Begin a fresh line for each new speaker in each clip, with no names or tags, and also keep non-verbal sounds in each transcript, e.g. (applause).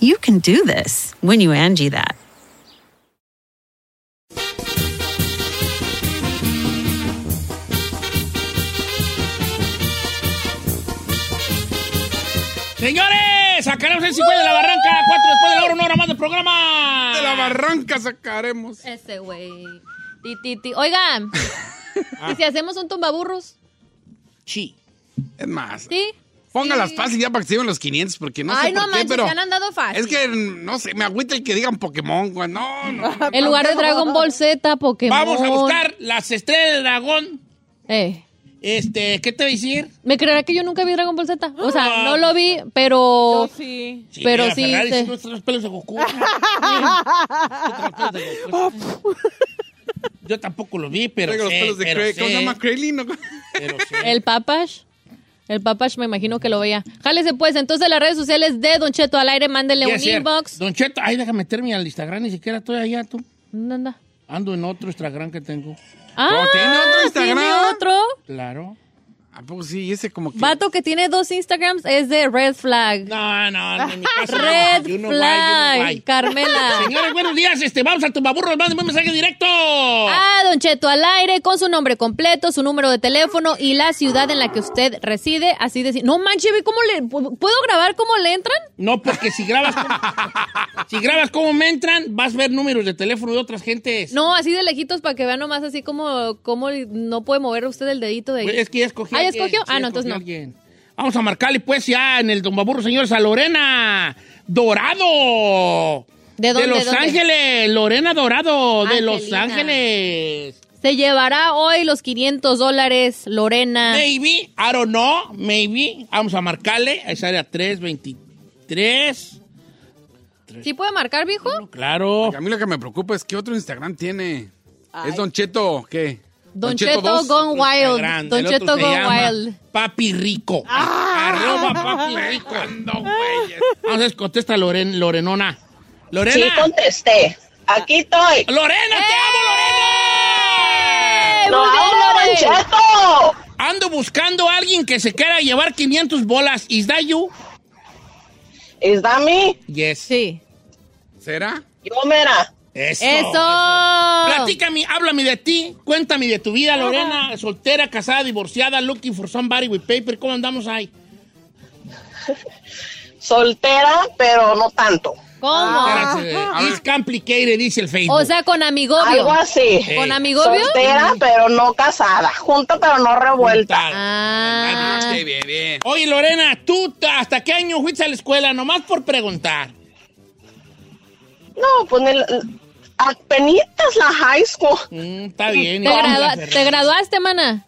You can do this when you Angie that.
Señores, sacaremos el 50 de la barranca. Cuatro después de la hora, una hora más de programa.
De la barranca sacaremos.
Ese güey. Ti, ti, ti.
(laughs)
Oigan, ¿y si hacemos un tumbaburros?
Sí.
Es más,
¿Sí?
póngalas
Sí.
fácil ya para que se lleven los 500, porque no
Ay,
sé
no
por qué,
manches,
pero...
se han andado fácil.
Es que, no sé, me agüita el que digan Pokémon, güey. No, no.
(laughs)
no.
En lugar de Dragon Ball Z, Pokémon.
Vamos a buscar las estrellas de dragón.
Eh,
Este, ¿qué te voy a decir?
¿Me creerá que yo nunca vi Dragon Ball Z? O sea,
Ah.
no lo vi, pero...
Sí.
Pero
la
sí,
Ferrari,
sí.
si no están los pelos de
(laughs)
Goku. Sí, están los pelos de Goku. Yo tampoco lo vi, pero
Traigo los
sé,
pelos de
pero
Craig. ¿Cómo
sé,
se llama? Craylin. ¿no?
pero sé.
(laughs) El Papash. El Papash me imagino que lo veía. Jálese pues, entonces las redes sociales de Don Cheto al aire, mándenle
¿Qué
un
hacer?
inbox.
Don Cheto, ay, déjame meterme al Instagram, ni siquiera estoy allá, tú.
¿Dónde anda?
Ando en otro Instagram que tengo.
Ah,
Oh, tiene otro
tiene
Instagram?
otro.
Claro.
(laughs) ¿A poco sí? Ese como que...
Vato que tiene dos Instagrams es de Red Flag.
No, no, en mi casa. no.
Red
You know why, you know
Flag,
why. (laughs)
Carmela.
Señores, buenos días. Este, vamos al tumbaburros. Mándenme un mensaje directo.
A Ah, Don Cheto al aire con su nombre completo, su número de teléfono y la ciudad en la que usted reside. Así decir, no manches, ve cómo le. ¿Puedo grabar cómo le entran?
No, porque si grabas, si grabas cómo me entran, vas a ver números de teléfono de otras gentes.
No, así de lejitos para que vean nomás así como, como no puede mover usted el dedito de ahí.
Pues es que ya escogió.
Ah, ya
alguien.
escogió.
Sí,
Ah, no,
escogió
entonces no.
alguien. Vamos a marcarle, pues, ya en el tumbaburro, señores, a Lorena Dorado.
¿De dónde,
Los
dónde?
Ángeles. Lorena Dorado, de Los
Angelina.
Ángeles.
Se llevará hoy los 500 dólares, Lorena.
Maybe, I don't know, maybe. Vamos a marcarle. Esa área 323.
¿Sí puede marcar, viejo?
Claro.
A mí lo que me preocupa es que otro Instagram tiene. Es Don Cheto, ¿qué?
Don, Cheto, Gone Wild.
Instagram.
Don
El otro
Cheto
se
Gone
llama
Wild. Ah.
Papi Rico. Arroba Papi Rico. Entonces contesta Loren, Lorenona.
Sí,
Lorena.
contesté. Aquí estoy.
Lorena, te amo,
¡Eh,
Lorena.
¡Lo
muy bien,
amo, Don
Lore!
Cheto!
Ando buscando a alguien que se quiera llevar 500 bolas. ¿Is that you?
¿Es Dami?
Yes.
Sí.
¿Será?
Yo, mira.
Eso.
¡Eso!
Platícame, háblame de ti, cuéntame de tu vida, Lorena, soltera, casada, divorciada, looking for somebody with paper, ¿cómo andamos ahí?
Soltera, pero no tanto.
¿Cómo?
Espérate, eh, It's complicated, dice el Facebook.
Ah. o sea, con amigobio.
Algo así.
Eh,
¿Con amigobio?
Soltera, pero no casada. Junta, pero no revuelta.
Tal.
Ah.
Sí, bien, bien.
Oye, Lorena, ¿tú t- hasta qué año fuiste a la escuela? Nomás por preguntar.
No, pues ni- apenitas la high school.
Mm, está bien.
¿Te,
y-
gradua-
Ferrari.
te graduaste, mana?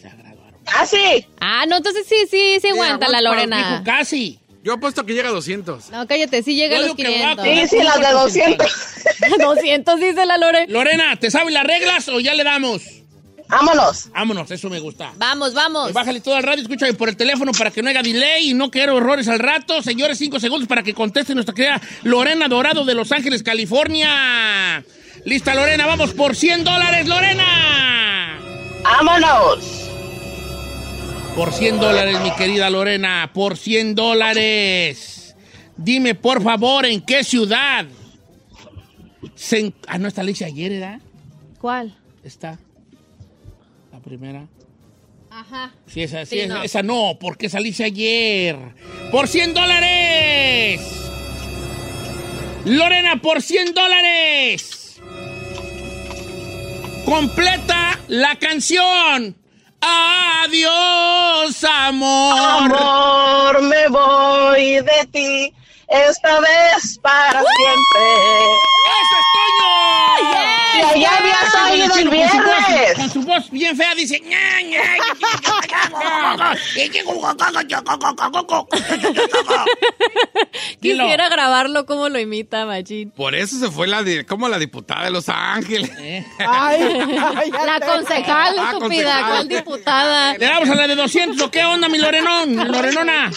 Se graduaron.
Así.
Ah, no, entonces sí, sí, sí aguanta la
aguanta,
Lorena.
Dijo casi.
Yo apuesto que llega a 200.
No, cállate, sí llega a
Yo
los
digo que va
500.
con-
Sí, sí, las de 200.
(laughs) 200 dice la Lore.
Lorena, ¿te sabes las reglas o ya le damos?
(laughs) Vámonos.
Vámonos, eso me gusta.
Vamos, vamos.
Pues Bájale todo al radio, escúchame por el teléfono para que no haya delay y no quiero errores al rato. Señores, cinco segundos para que conteste nuestra querida Lorena Dorado de Los Ángeles, California. Lista, Lorena, vamos por 100 dólares, Lorena.
Vámonos.
Por 100 dólares, mi querida Lorena, por 100 dólares. Dime, por favor, ¿en qué ciudad? se en- Ah, no, esta la hice ayer, ¿verdad?
¿Cuál?
Está. La primera.
Ajá.
Sí, esa, sí,
Sí,
esa-
no.
esa no, porque saliste ayer. ¡Por 100 dólares! Lorena, por 100 dólares. Completa la canción. Adiós, amor.
Amor, me voy de ti. Esta vez para siempre.
¡Eso es Toño!
Y allá habías
Con
oído
su
el
voz-
viernes.
Con su voz bien fea dice. "Ña, ña, Dilo.
Quisiera grabarlo como lo imita, Machín.
Por eso se fue la, di- como la diputada de Los Ángeles.
¿Eh?
Ay, ay, ya
La
te-
concejal,
Ah,
estúpida,
concejal.
¿cuál diputada?
Le damos a la de 200. ¿o ¿Qué onda, mi Lorenón? Lorenona.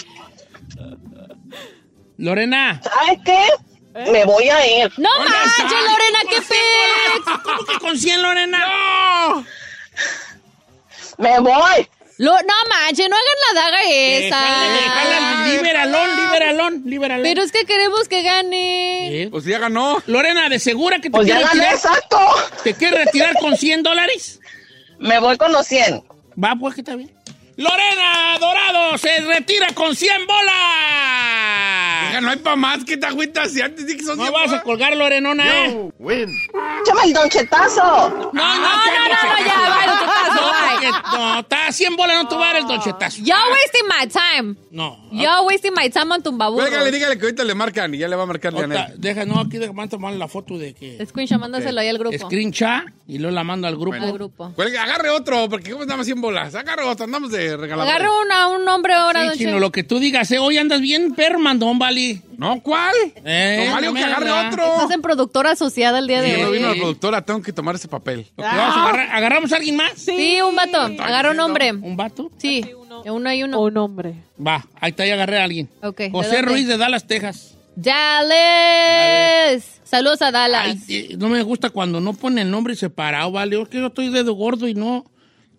Lorena.
¿Sabes qué? Me voy a ir.
¡No manches,
está?
Lorena, qué
Con cien
fe!
dólares. ¿Cómo que con 100, Lorena? ¡No!
Me voy.
Lo- No manches, no hagan la daga esa.
Liberalón, liberalón, liberalón.
Pero es que queremos que gane.
Pues ya ganó.
Lorena, ¿de segura que te
Pues ya
quieres
gané,
retirar?
exacto.
¿Te quieres retirar con 100 dólares?
Me voy con los 100.
Va, pues que está bien. Lorena Dorado se retira con 100
Oiga,
bolas.
no hay pa' más que te agüitas y antes dije que son
No
cien
vas a
bolas.
colgar, Lorenona, ¿eh?
Échame el donchetazo.
No, no, no,
no, ya, va, el totazo, va.
porque No, está a 100 bolas, no te va a dar el donchetazo.
Yo wasting my time.
No.
Yo wasting my time on tumbaburro.
Cuélgale, dígale que ahorita le marcan y ya le va a marcar
Otra,
Leonel.
deja, no, aquí deja, manda tomar la foto de que
Screenshot, mándaselo ahí al grupo.
screenshot y luego la mando al grupo.
Al grupo.
Cuelga, agarre otro, porque como andamos 100 bolas. Agarre otro, andamos de regaladores.
Agarra una, un nombre ahora, don
Sí, sino
Che.
lo que tú digas, eh, hoy andas bien permandón, Vali.
No, ¿cuál?
Eh,
no, vale,
no
que
me
agarre
da.
otro.
Estás en productora asociada el día
Sí,
de
no
hoy.
vino la productora, tengo que tomar ese papel.
Lo que vamos a agarrar- ¿Agarramos a alguien más?
Ah. Sí, un vato. Agarra un nombre.
¿Un vato?
Sí, uno y uno.
Un hombre.
Va, ahí está, ya agarré a alguien.
Ok, ¿de
José
dónde?
Ruiz de Dallas, Texas.
Dallas. Saludos a Dallas.
Ay, eh, no me gusta cuando no pone el nombre separado, oh, ¿vale? Es que yo estoy dedo gordo y no...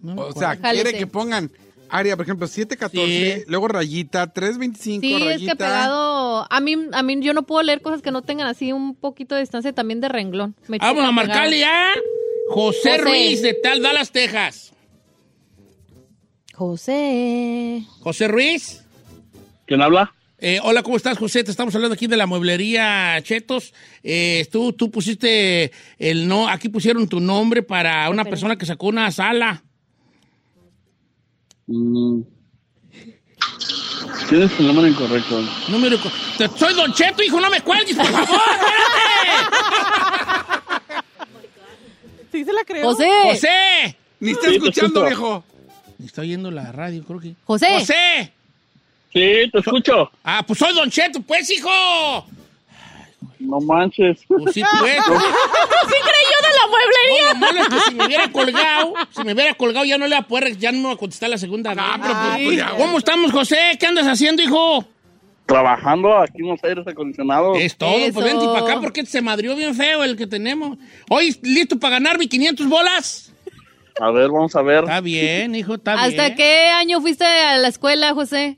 no me
O
acuerdo.
sea, quiere
Jálese.
que pongan área, por ejemplo, 714,
Sí.
luego rayita, 325,
Sí,
rayita.
es que pegado. A mí, a mí yo no puedo leer cosas que no tengan así un poquito de distancia también de renglón. Me
Vamos
choca
a marcarle
pegado.
ya. José,
José.
Ruiz de tal Dallas, Texas.
José.
José Ruiz.
¿Quién habla?
eh, hola, ¿cómo estás, José? Te estamos hablando aquí de la mueblería Chetos. Eh, tú, tú pusiste el no, aquí pusieron tu nombre para una persona que sacó una sala.
Mm. Tienes el número incorrecto.
Número. co- Te- Soy Don Cheto, hijo, no me cuelgues, por favor,
(laughs)
espérate.
Sí se la creo.
José. José.
José.
Ni está
Sí, te escucho.
escuchando, viejo.
Está oyendo la radio, creo que.
José.
José.
Sí, te escucho.
Ah, pues soy Don Cheto, pues, hijo.
No manches.
Pues sí,
(laughs)
pues. Lo malo es que si me hubiera colgado, si me hubiera colgado, ya no le iba a poder, ya no me iba a contestar la segunda.
Ah,
vez.
pero pues, pues ya,
¿Cómo estamos, José? ¿Qué andas haciendo, hijo?
Trabajando aquí en los aires acondicionados.
Es todo,
Eso.
pues vente para acá porque se madrió bien feo el que tenemos. Hoy, ¿listo para ganar mi 500 bolas?
A ver, vamos a ver.
Está bien, hijo, está bien.
¿Hasta qué año fuiste a la escuela, José?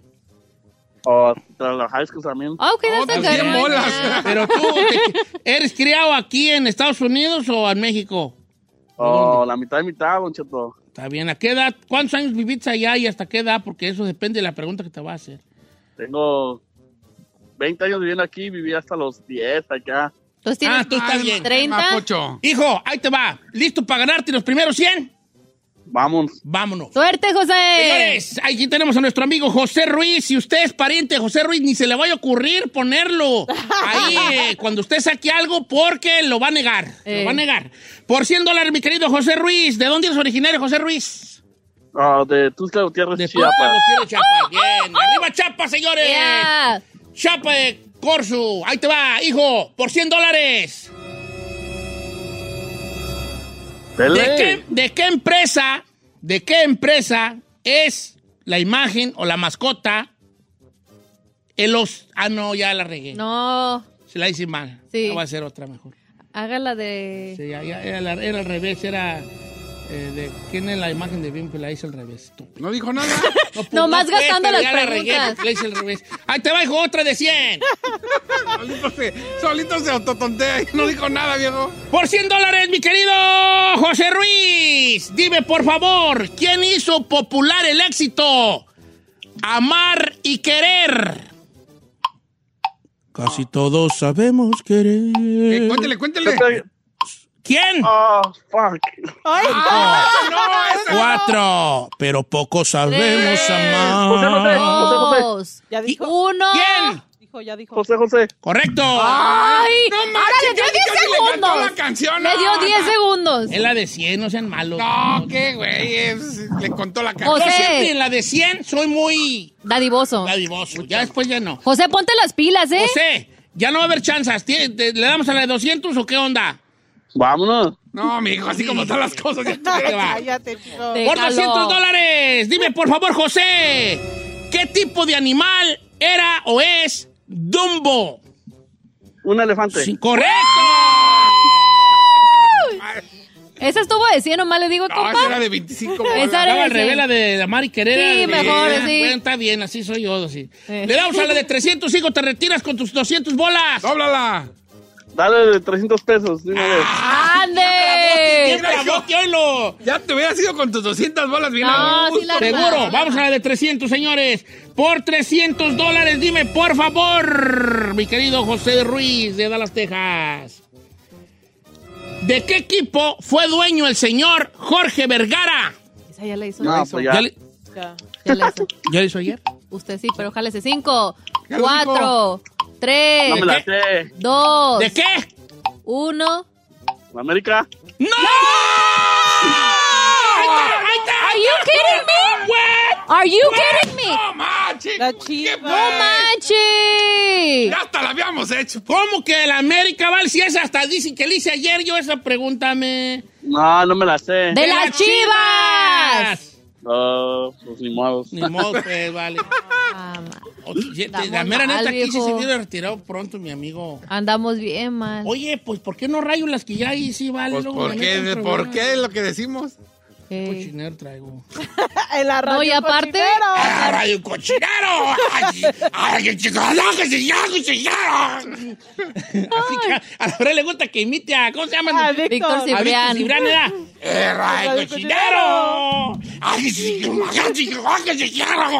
O la high school también.
Ah, ok,
No,
that's a
pues,
good
cien
one.
bolas.
Ah.
Pero tú, ¿te- ¿eres criado aquí en Estados Unidos o en México? Mm.
O la mitad y mitad, don Cheto.
Está bien, ¿a qué edad? ¿Cuántos años viviste allá y hasta qué edad? Porque eso depende de la pregunta que te va a hacer.
Tengo 20 años viviendo aquí, viví hasta los 10 acá.
Entonces tienes
Ah, tú estás bien.
30.
Mapocho.
Hijo, ahí te va. ¿Listo para ganarte los primeros 100?
Vamos.
Vámonos.
Suerte, José.
Señores, aquí tenemos a nuestro amigo José Ruiz. Si usted es pariente de José Ruiz, ni se le vaya a ocurrir ponerlo ahí eh, cuando usted saque algo porque lo va a negar. Lo
Eh.
va a negar. Por 100 dólares, mi querido José Ruiz. ¿De dónde eres originario, José Ruiz?
Ah, de Tusca Gutiérrez,
De
Chiapas.
Quiero Chapa. Bien. Arriba Chapa, señores.
Ya.
Chapa de Corsu. Ahí te va, hijo. Por 100 dólares. ¿De
Dele.
qué, de qué empresa, de qué empresa es la imagen o la mascota el os... Ah, no, ya la regué.
No,
Se la hice mal.
Sí.
No va a ser otra mejor.
hágala de.
Sí, ya- ya era, la- era al revés, era... eh, de, ¿Quién es la imagen de Bimbo? La hice al revés, estúpido.
No dijo nada.
No, pues,
Nomás
pues,
gastando
pero
las
ya la regué,
preguntas.
porque la hice al revés. Ahí te va, hijo, otra de 100.
solito, se, solito se autotontea y no dijo nada, viejo.
Por 100 dólares, mi querido José Ruiz. Dime, por favor, ¿quién hizo popular el éxito? Amar y querer. Casi todos sabemos querer.
Eh, cuéntele, cuéntele.
¿Quién?
Oh, fuck.
Ay,
No, esa Ah, no.
Cuatro. Pero pocos sabemos
Tres.
José José,
amar.
José José,
Dos.
Ya dijo.
Uno.
¿Quién?
Dijo, ya dijo.
José José.
Correcto.
Ah. ¡Ay!
No
Ahora
manches,
le dio
casi,
10
casi le cantó
segundos.
la canción.
Le dio
no.
10 segundos.
Es la de 100, no sean malos.
No, qué güey. es- Le contó la canción.
Yo
José.
siempre en la de 100 soy muy
Dadivoso.
dadivoso. Ya después ya no.
José, ponte las pilas, ¿eh?
José, ya no va a haber chanzas. ¿Tie- te- ¿Le damos a la de 200 o qué onda?
Vámonos.
No, mijo, así como están las cosas. ya te-
Ahí va.
Cállate, chico.
Te
Por
caló.
200 dólares. Dime, por favor, José, ¿qué tipo de animal era o es Dumbo?
Un elefante.
Sí, ¡Correcto!
Ah, (laughs) Esa estuvo de 100, nomás le digo,
No, esa era
compa.
de 25.
Esa
Estaba
era
al
de
revés
100.
la de la Mari Querera.
Sí,
La de-
mejor, sí.
Ah, Bueno, está bien, así soy yo. sí.
Eh.
Le damos a la de 300, hijo, te retiras con tus 200 bolas.
Dóblala.
Dale 300 pesos de una vez.
Ah,
¡Ande!
Siempre la boca, oílo.
Ya te hubieras ido con tus 200 bolas bien
No,
a gusto.
sí la
Seguro,
armaste.
vamos a la de 300, señores. Por 300 dólares, dime, por favor, mi querido José Ruiz de Dallas, Texas. ¿De qué equipo fue dueño el señor Jorge Vergara?
Esa ya la hizo.
No, pues ya.
¿Ya, le-
Ya.
Ya la hizo.
ya le hizo ayer?
Usted sí, pero jálese. Cinco,
Ya lo
cuatro,
No
tres,
me la sé.
dos,
¿De qué?
uno.
¿La América?
¡No! ¡Ahí está! ¡Ahí está!
Are you kidding me?
¡What!
Are you kidding me?
No, manches.
La
¿Qué
chiva.
¡No
fue?
manches!
Ya hasta la habíamos hecho.
¿Cómo que el América va al si es hasta dicen que le hice ayer yo esa pregúntame?
No, no me la sé.
¡De las chivas!
Ah, pues ni modos.
Ni modo, pues, vale.
Ah, ma-
O- si-
Está
la
muy
mera
mal,
neta aquí sí
viejo.
se hubiera retirado pronto, mi amigo.
Andamos bien, man.
Oye, pues, ¿por qué no rayo las que ya ahí sí vale?
Pues,
Luego
¿por
me
qué?
meten
¿Por
problemas.
qué lo que decimos?
Un Cochinero traigo.
En la radio
No, y aparte-
cochinero.
¡Ah, rayo cochinero! ¡Ay, ay, qué chico! ¡No, que se llama
(laughs)
cochinero! Así que a- a la verdad le gusta que imite a... ¿Cómo se llama?
Ah,
A
Víctor
Víctor.
Sil- Cibrián.
Cibrián, era. ¡Eh, rayo
rayo
cochinero! Ah, ¡Ay, sí, ay, sí, ay, que se llama!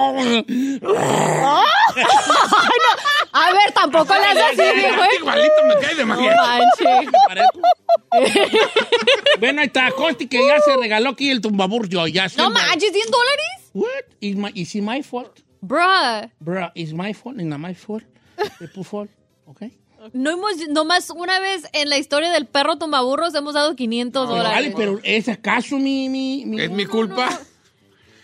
A ver, tampoco las haces,
(laughs)
viejo.
Este
¿eh?
Igualito me cae de
No
magia.
manches. (laughs)
Parezco. bueno, ahí está. Consti que ya se regaló aquí el tumbabur yo. Ya
No
siempre-
manches, 100 dólares.
What? Is, my, is it my fault?
Bruh.
Bruh, is my fault? Is not my fault? The poor fault.
(laughs)
Ok.
No hemos, nomás una vez en la historia del perro tomaburros hemos dado 500
Pero,
dólares.
Ale, pero ¿es acaso mi, mi, mi-
Es mi culpa.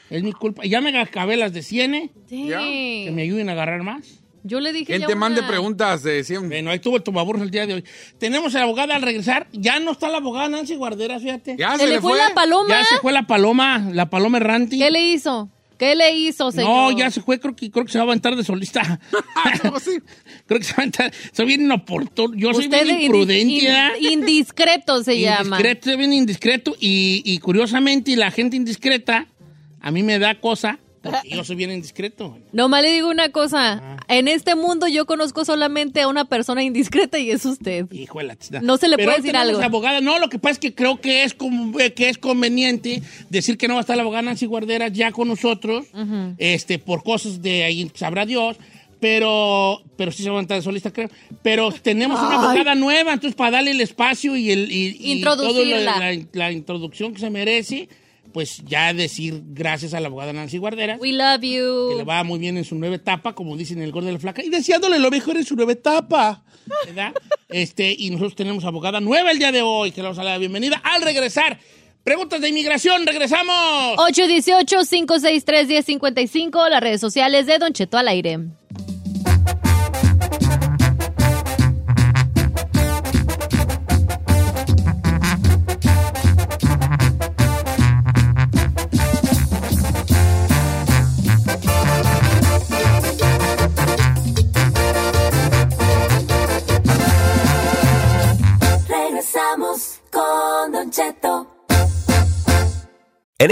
es mi culpa? Ya me acabé las de 100, ¿eh?
Sí.
Que me ayuden a agarrar más.
Yo le dije.
Él
ya
te mande
una.
preguntas de siempre.
Bueno, ahí estuvo el tumbabur el día de hoy. Tenemos a la abogada al regresar. Ya no está la abogada Nancy Guardera, fíjate.
Ya
Se le fue la paloma.
Ya se fue la paloma, la paloma errante.
¿Qué le hizo? ¿Qué le hizo, señor?
No, ya se fue, creo que, creo que se va a aventar de solista.
(laughs) ¿Cómo sí?
(laughs) creo que se va a aventar. Soy bien inoportuno. Yo soy
Usted
bien
indi-
imprudente,
in-
¿verdad?
indiscreto se llama.
Indiscreto, soy bien indiscreto. Y, y curiosamente, la gente indiscreta a mí me da cosa porque yo soy bien indiscreto.
Nomás le digo una cosa. En este mundo yo conozco solamente a una persona indiscreta y es usted.
Hijo de la chingada.
No se le
Pero
puede
hoy
decir
tenemos
algo.
la abogada. No, lo que pasa es que creo que es, com- eh, que es conveniente decir que no va a estar la abogada Nancy Guardera ya con nosotros, este, por cosas de ahí, sabrá Dios. Pero, pero sí se va a entrar de solista, creo. Pero tenemos una abogada nueva, entonces para darle el espacio y, el, y, y todo lo-
Introducirla.
la, la introducción que se merece, pues ya decir gracias a la abogada Nancy Guardera
We love
que le
you.
va muy bien en su nueva etapa, como dicen en el Gordo de la Flaca, y deseándole lo mejor en su nueva etapa. ¿Verdad? este, y nosotros tenemos abogada nueva el día de hoy, que le vamos a dar la bienvenida al regresar. Preguntas de inmigración, regresamos.
818-563-1055, las redes sociales de Don Cheto al aire.
Regresamos con Don Cheto.
En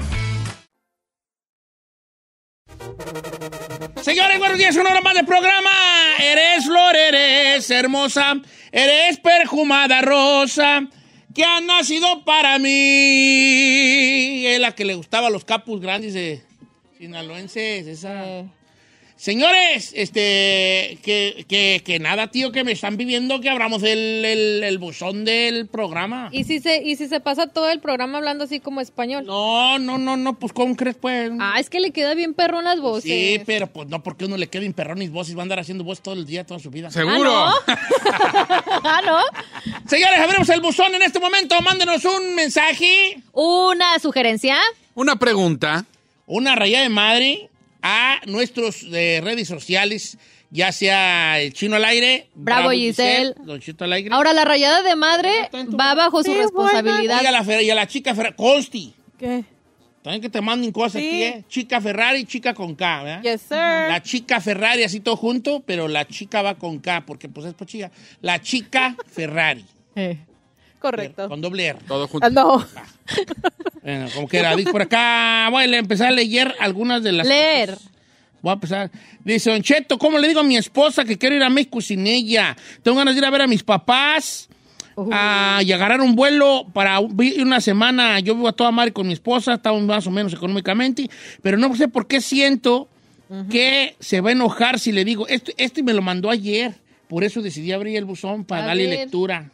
Señores, buenos días, una hora más de programa. Eres flor, eres hermosa, eres perfumada rosa que ha nacido para mí. Es la que le gustaba a los capus grandes de sinaloenses, esa... Señores, este, que, que, que nada, tío, que me están pidiendo que abramos el, el, el buzón del programa.
¿Y si, se, ¿Y si se pasa todo el programa hablando así como español?
No, no, no, no, pues ¿cómo crees, pues?
Ah, es que le queda bien perrón las voces.
Sí, pero pues no, porque uno le queda imperrón y voces, va a andar haciendo voz todo el día, toda su vida.
¿Ah, no? (laughs) ¿Ah, no?
Señores, abrimos el buzón en este momento, mándenos un mensaje.
¿Una sugerencia?
Una pregunta.
una raya de madre a nuestros eh, redes sociales, ya sea el chino al aire,
Bravo, Giselle.
Don Chito al aire.
Ahora, la rayada de madre va bajo su responsabilidad.
Y a la, Fer- y a la chica Ferrari, Consti,
¿Qué?
también que te manden cosas
Sí.
aquí, ¿eh? Chica Ferrari, chica con K, ¿verdad?
Yes, sir.
La chica Ferrari, así todo junto, pero la chica va con K, porque pues es pochilla. La
(laughs)
chica Ferrari,
Eh, Correcto.
con doble R.
Todo junto.
Ah, no.
Bueno, como quiera, dice por acá. Voy a empezar a leer algunas de las
Leer.
Voy a empezar. Dice, Don Cheto, ¿cómo le digo a mi esposa que quiero ir a México sin ella? Tengo ganas de ir a ver a mis papás
Oh.
ah, y agarrar un vuelo para un- vi- una semana. Yo vivo a toda madre con mi esposa, estamos más o menos económicamente, pero no sé por qué siento que se va a enojar si le digo, esto, esto me lo mandó ayer, por eso decidí abrir el buzón para
A
darle
ver.
lectura,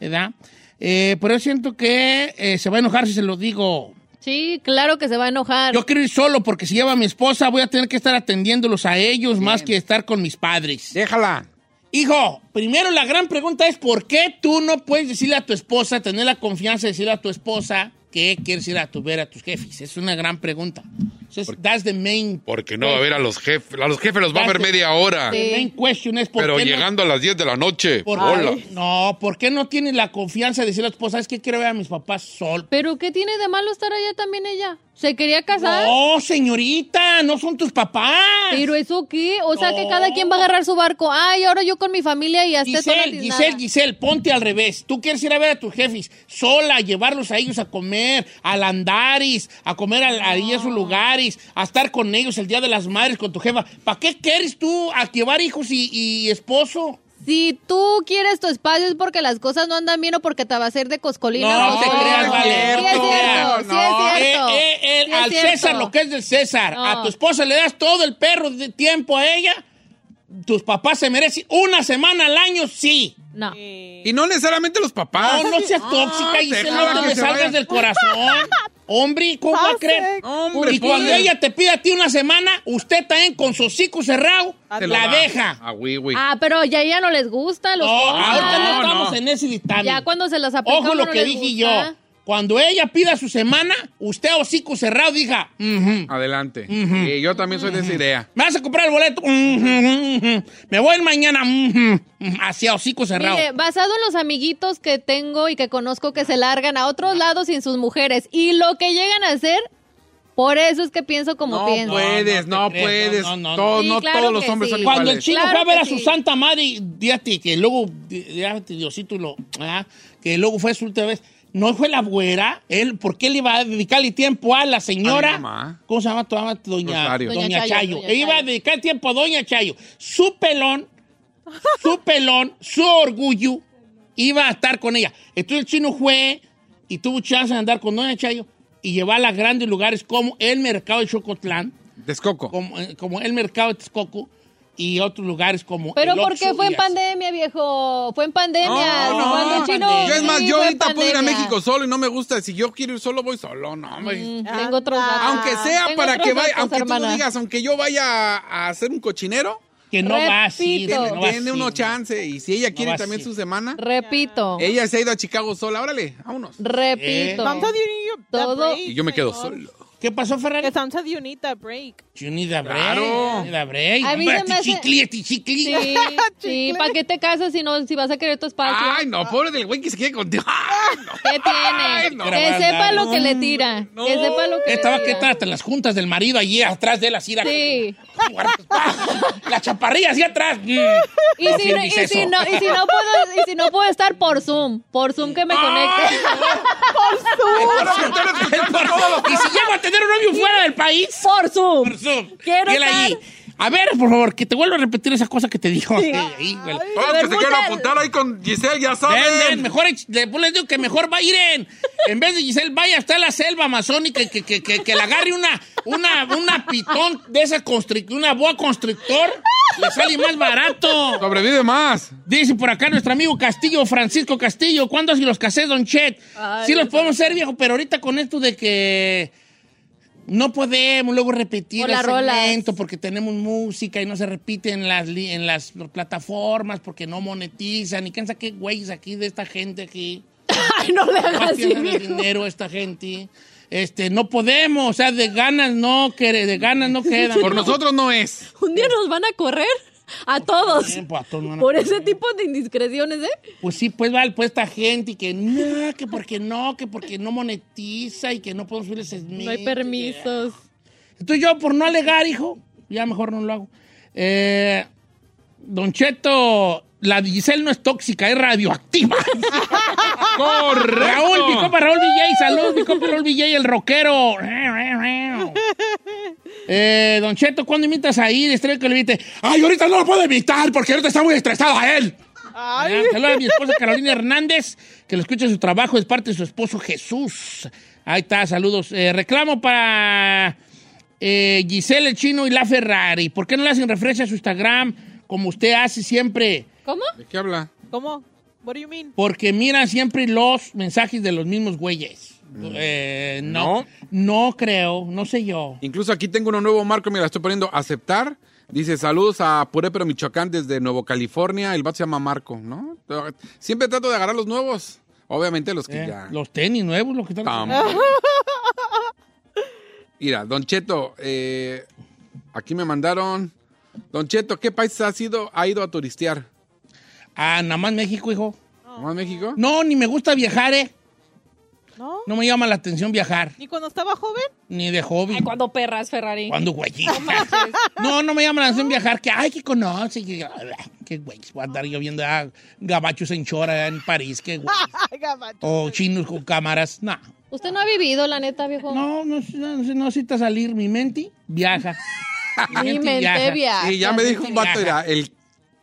¿verdad? Eh, pero yo siento que eh, se va a enojar si se lo digo.
Sí, claro que se va a enojar.
Yo quiero ir solo porque si llevo a mi esposa voy a tener que estar atendiéndolos a ellos más que estar con mis padres.
Déjala.
Hijo, primero la gran pregunta es ¿por qué tú no puedes decirle a tu esposa, tener la confianza de decirle a tu esposa que quieres ir a tu, ver a tus jefes? Es una gran pregunta. Entonces, that's the main,
Porque no va a ver a los jefes. A los jefes los va a ver media hora.
the main question es ¿por
Pero
qué no-
llegando a las 10 de la noche.
por-
Hola.
No, ¿por qué no tienes la confianza de decirle a tu esposa, es que quiero ver a mis papás sol?
¿Pero qué tiene de malo estar allá también ella? ¿Se quería casar?
No, señorita, no son tus papás.
¿Pero eso qué? O sea, que cada quien va a agarrar su barco. Ay, ahora yo con mi familia y hasta toda
Giselle,
tiznada.
Giselle, Giselle, ponte al revés. Tú quieres ir a ver a tus jefes sola, llevarlos a ellos a comer, al andaris, a comer al- ahí a sus lugares, a estar con ellos el día de las madres con tu jefa. ¿Para qué quieres tú a llevar hijos y, y esposo?
Si tú quieres tu espacio es porque las cosas no andan bien o porque te va a hacer de coscolina.
No, te creas, vale.
Sí es
No,
cierto, sí es cierto.
Eh, eh, eh,
Sí es
al
cierto.
César lo que es del César.
No.
A tu esposa le das todo el perro de tiempo a ella. Tus papás se merecen una semana al año, sí.
No.
Y no necesariamente los papás.
No, no seas tóxica, y
déjala
no te
Ah, que
me
se
salgas
vaya.
del corazón. Hombre, ¿cómo
Ah,
va a creer?
Hombre,
y cuando
pues.
ella te pide a ti una semana, usted también con su hocico cerrado,
Te lo
la
da.
deja.
Ah, güey, güey.
Ah, pero ya ya no les gusta los
No, ahorita no
no,
estamos
no.
en ese dictamen.
Ya cuando se las aplica
Ojo
uno
lo
no
que
les
dije yo.
gusta.
Cuando ella pida su semana, usted hocico cerrado diga, "Ujú".
Adelante. Sí, yo también soy de esa idea.
¿me vas a comprar el boleto? Ujú, ujú. Me voy a ir mañana. ujú, ujú". Así a hocico cerrado.
Mire, basado en los amiguitos que tengo y que conozco que se largan a otros lados sin sus mujeres y lo que llegan a hacer, por eso es que pienso como
No pues,
pienso.
puedes,
No, no
no,
te creas,
puedes.
no, no, no.
Todos-
Sí,
no
claro
todos los
que
hombres
sí.
son
Cuando el
iguales.
chino
Claro
fue a ver
que
a su
sí.
santa madre, y fíjate que luego, fíjate, Diosito, lo, ah, que luego fue su última vez. No fue la güera, él, ¿por qué le iba a dedicarle tiempo a la
A
señora?
mi mamá.
¿Cómo se llama tu mamá? Doña,
Rosario.
Doña,
Doña
Chayo.
Chayo, Doña
Él iba a
Chayo.
dedicar tiempo a Doña Chayo. Su pelón,
(laughs)
su pelón, su orgullo, iba a estar con ella. Entonces el chino fue y tuvo chance de andar con Doña Chayo y llevarla a grandes lugares como el mercado de Chocotlán
Descoco.
como, eh, como el mercado de Texcoco. y otros lugares como.
Pero
el
porque
Oxxo
fue
y
en
así.
pandemia, viejo. Fue en pandemia.
No, no,
cuando el
no,
chino.
pandemia.
Yo es más,
Sí,
yo
fue en
ahorita puedo ir a
pandemia. Mm.
México solo y no me gusta. Si yo quiero ir solo, voy solo. No, hombre.
Tengo otros datos.
Aunque sea
Ah, Tengo
para
otros
que vaya,
datos,
aunque tú
hermana.
lo digas, aunque yo vaya a hacer un cochinero.
Que no va a ir,
Tiene,
que no va a
tiene
ir,
uno
no.
chance. Y si ella quiere
vas a
también
ir.
su semana,
Repito.
ella se ha ido a Chicago sola. Órale, vámonos.
Repito.
Sometimes you need a- a
Todo-
break,
Y yo me quedo
señor.
solo.
¿Qué pasó, Ferrari?
Que sometimes you need a break.
You need a break.
Claro.
you need a break.
A mí se
Hombre,
me hace-
tichicli, tichicli.
(laughs)
Sí, sí. ¿Para qué te casas si, no, si vas a querer tu espacio?
Ay, no, pobre del güey que se quede contigo. (laughs) Ay, no.
¿Qué
Ay,
tiene?
no.
que sepa lo que le tira.
No.
Que sepa lo que
Estaba
le
que
tira.
estaba hasta en las juntas del marido allí atrás de la sira. (laughs)
Sí.
La chaparrilla hacia atrás. Mm.
Y si,
¿Quién
no, y,
dice
si
eso?
no, y si no puedo, y si no puedo estar por Zoom, por Zoom que me conecte.
Ah. Y si llego a tener un novio fuera del país.
Por Zoom.
Por Zoom.
Quiero
Y él allí. A ver, por favor, que te vuelva a repetir esa cosa que te dijo. (laughs) Ahí, güey.
Todos
A ver,
que se quieran
muchas-
apuntar ahí con Giselle, ya
Ven,
saben.
ven, mejor, ex- le- les digo que mejor va a ir en, en vez de Giselle, vaya hasta la selva amazónica y que, que, que, que le agarre una, una, una pitón de esa constrictor, una boa constrictor, le sale más barato.
Sobrevive más.
Dice por acá nuestro amigo Castillo, Francisco Castillo, ¿cuándo si los casés, Don Chet?
Ay,
sí los podemos hacer, viejo, pero ahorita con esto de que no podemos luego repetir
Por
el
las rolas.
segmento porque tenemos música y no se repite en las, li- en las plataformas porque no monetizan y quién sabe qué güeyes aquí de esta
(laughs)
gente aquí.
(laughs) Ay, no le hagas
No
así,
tienen el
viejo.
dinero esta gente. Este, no podemos, o sea, de ganas no, quere- de ganas no quedan. (laughs)
Por nosotros no es.
Un día nos van a correr a todos.
Tiempo, a todos, no, no.
Por ese tipo de indiscreciones, ¿eh?
Pues sí, pues vale, pues esta gente y que no, que porque no, que porque no monetiza y que no podemos subir ese
No hay permisos.
Entonces yo, por no alegar, hijo, ya mejor no lo hago. Eh, don Cheto, la Giselle no es tóxica, es radioactiva.
Correcto.
Raúl, mi compa Raúl Villay, saludos, mi compa Raúl Villay, el rockero. Eh, don Cheto, ¿cuándo invitas a ir? Estrella que lo invite. Ay, ahorita no lo puedo invitar porque ahorita está muy estresado a él.
Ay,
Ya, Saludos a mi esposa Carolina Hernández, que lo escucha en su trabajo, es parte de su esposo Jesús. Ahí está, saludos. Eh, reclamo para eh, Giselle el Chino y la Ferrari. ¿Por qué no le hacen refresca a su Instagram como usted hace siempre?
¿Cómo?
¿De qué habla?
¿cómo? What do you mean?
Porque miran siempre los mensajes de los mismos güeyes.
Mm.
Eh, no, no, creo, no sé yo.
Incluso aquí tengo uno nuevo, Marco, mira, estoy poniendo aceptar. Dice, saludos a Purépero, Michoacán, desde Nuevo California. El vato se llama Marco, ¿no? Siempre trato de agarrar los nuevos. Obviamente los que
Eh,
ya...
Los tenis nuevos, los que están.
Tam. Mira, Don Cheto, eh, aquí me mandaron... Don Cheto, ¿qué país ha, sido, ha ido a turistear?
Ah, nada más México, hijo.
¿Nomás México?
No, ni me gusta viajar, ¿eh?
¿No?
No me llama la atención viajar,
¿Ni cuando estaba joven?
ni de hobby.
Ay, cuando perras, Ferrari.
¿Cuándo, güey? (laughs) No, no me llaman a hacer viajar. Que, ay, que conoce. Que, que güey, voy a andar yo viendo a gabachos en chora en París. Que, güey.
(laughs) Ay, gabacho.
O chinos con cámaras. No,
Usted no ha vivido, la neta, viejo.
no, no, no, necesita salir. Mi menti viaja.
Mi mente viaja.
Y ya me dijo un vato,
Ajá.
mira, el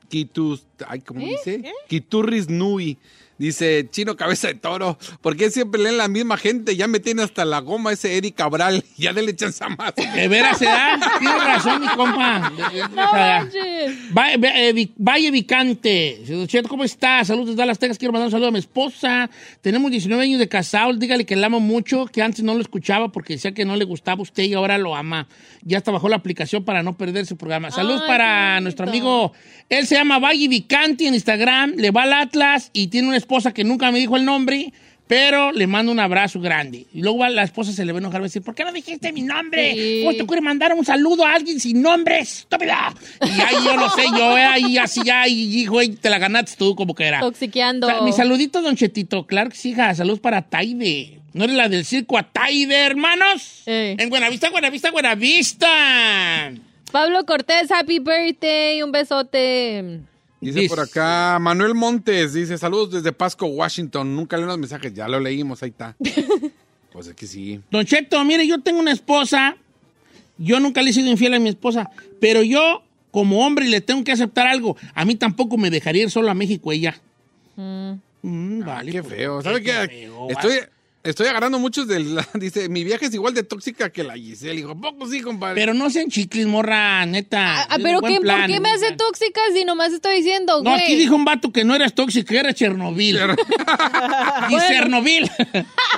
Kitus, ay, ¿cómo dice? Kiturris Nui. Dice, chino cabeza de toro, ¿por qué siempre leen la misma gente? Ya me tiene hasta la goma ese Eric Cabral, (laughs) ya dele chance a más.
De veras se da. Tiene razón, mi compa. De- de-
No
de-
manches.
Va- eh, Vic- Valle Vicante, Don Cheto, ¿cómo está? Saludos desde Las Texas, quiero mandar un saludo a mi esposa. Tenemos 19 años de casados, dígale que la amo mucho, que antes no lo escuchaba porque decía que no le gustaba usted y ahora lo ama. Ya hasta bajó la aplicación para no perder su programa.
Ay,
Saludos
qué
para
bonito.
nuestro amigo, él se llama Valle Vicante en Instagram, le va al Atlas y tiene una esposa que nunca me dijo el nombre. Pero le mando un abrazo grande. Y luego a la esposa se le va a enojar, va a decir, ¿por qué no dijiste mi nombre?
Sí.
¿Cómo te ocurre mandar un saludo a alguien sin nombre? ¡Estúpida! Y ahí yo lo sé, yo eh, ahí así ya, y hijo, y te la ganaste tú como que era.
Toxiqueando.
Sa- Mi saludito, don Chetito. Claro que sí, hija. Saludos para Taide. ¿No eres la del circo a Taide, hermanos?
Ey.
En Buenavista, Buenavista, Buenavista.
Pablo Cortés, happy birthday. Un besote.
Dice
Dice.
por acá, Manuel Montes, dice, saludos desde Pasco, Washington, nunca leen los mensajes, ya lo leímos, ahí está. Pues es que sí.
Don Cheto, mire, yo tengo una esposa. Yo nunca le he sido infiel a mi esposa. Pero yo, como hombre, le tengo que aceptar algo. A mí tampoco me dejaría ir solo a México ella. Mm, vale.
Qué
Ah,
pues,
feo, ¿sabes qué?
feo,
Estoy,
vas.
Estoy agarrando muchos del. (laughs) Dice, mi viaje es igual de tóxica que la Giselle. Dijo, poco sí, compadre.
Pero no sean chicles, morra, neta.
Ah, pero
Buen
¿qué, ¿por
plan.
qué me hace tóxica si nomás estoy diciendo,
No,
güey?
aquí dijo un vato que no eras tóxico, que era Chernobyl. (laughs)
(laughs)
y Chernobyl. (laughs)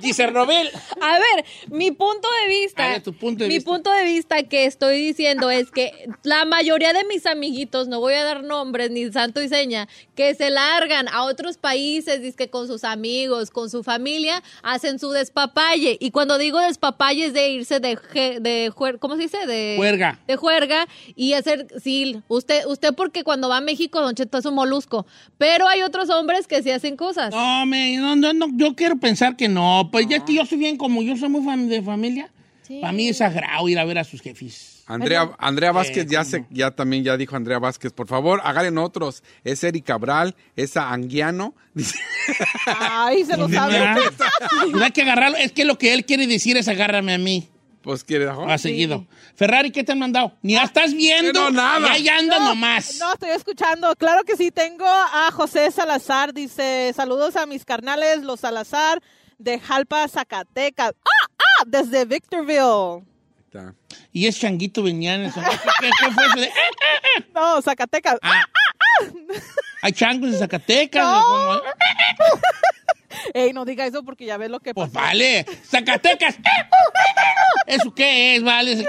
y Chernobyl.
A ver, mi punto de vista.
punto de
mi
vista.
punto de vista que estoy diciendo es que la mayoría de mis amiguitos, no voy a dar nombres ni santo y seña, que se largan a otros países, que con sus amigos, con su familia, hacen su despapalle. Y cuando digo despapalle es de irse de, je- de juer- ¿cómo se dice? De
Juerga.
De juerga y hacer, sí, usted, usted porque cuando va a México, Don Cheto es un molusco. Pero hay otros hombres que sí hacen cosas.
No, me, no, no, no, yo quiero pensar que no. Pues ya es que yo soy bien como yo soy muy fan de familia. Para mí es sagrado ir a ver a sus jefes.
Andrea, Andrea Vázquez
Eh,
ya se, ya también ya dijo Andrea Vázquez, por favor, hagan otros. Es Eric Cabral, es a Anguiano. (laughs) Dice,
Ay, se lo sabe.
¿Verdad? Pues hay que agarrarlo. Es que lo que él quiere decir es agárrame a mí.
pues quiere ajá.
Ha seguido. Ferrari, ¿qué te han mandado? Ni la estás viendo.
No, nada.
Y ahí anda
No,
nomás.
No, estoy escuchando. Claro que sí. Tengo a José Salazar. Dice, saludos a mis carnales, los Salazar, de Jalpa, Zacatecas. ¡Ah, ah! Desde Victorville.
Está.
Y es changuito venía en
(laughs)
el sonido. ¿Qué, qué fue eso de, eh?
No, Zacatecas.
Ah. Hay changos en Zacatecas.
No.
como- "Eh,
Ey, no diga eso porque ya ves lo que
Pues
pasó. Eh, uh,
vale,
(laughs)
Zacatecas. (laughs) ¿Eso qué es, vale? ¿Eso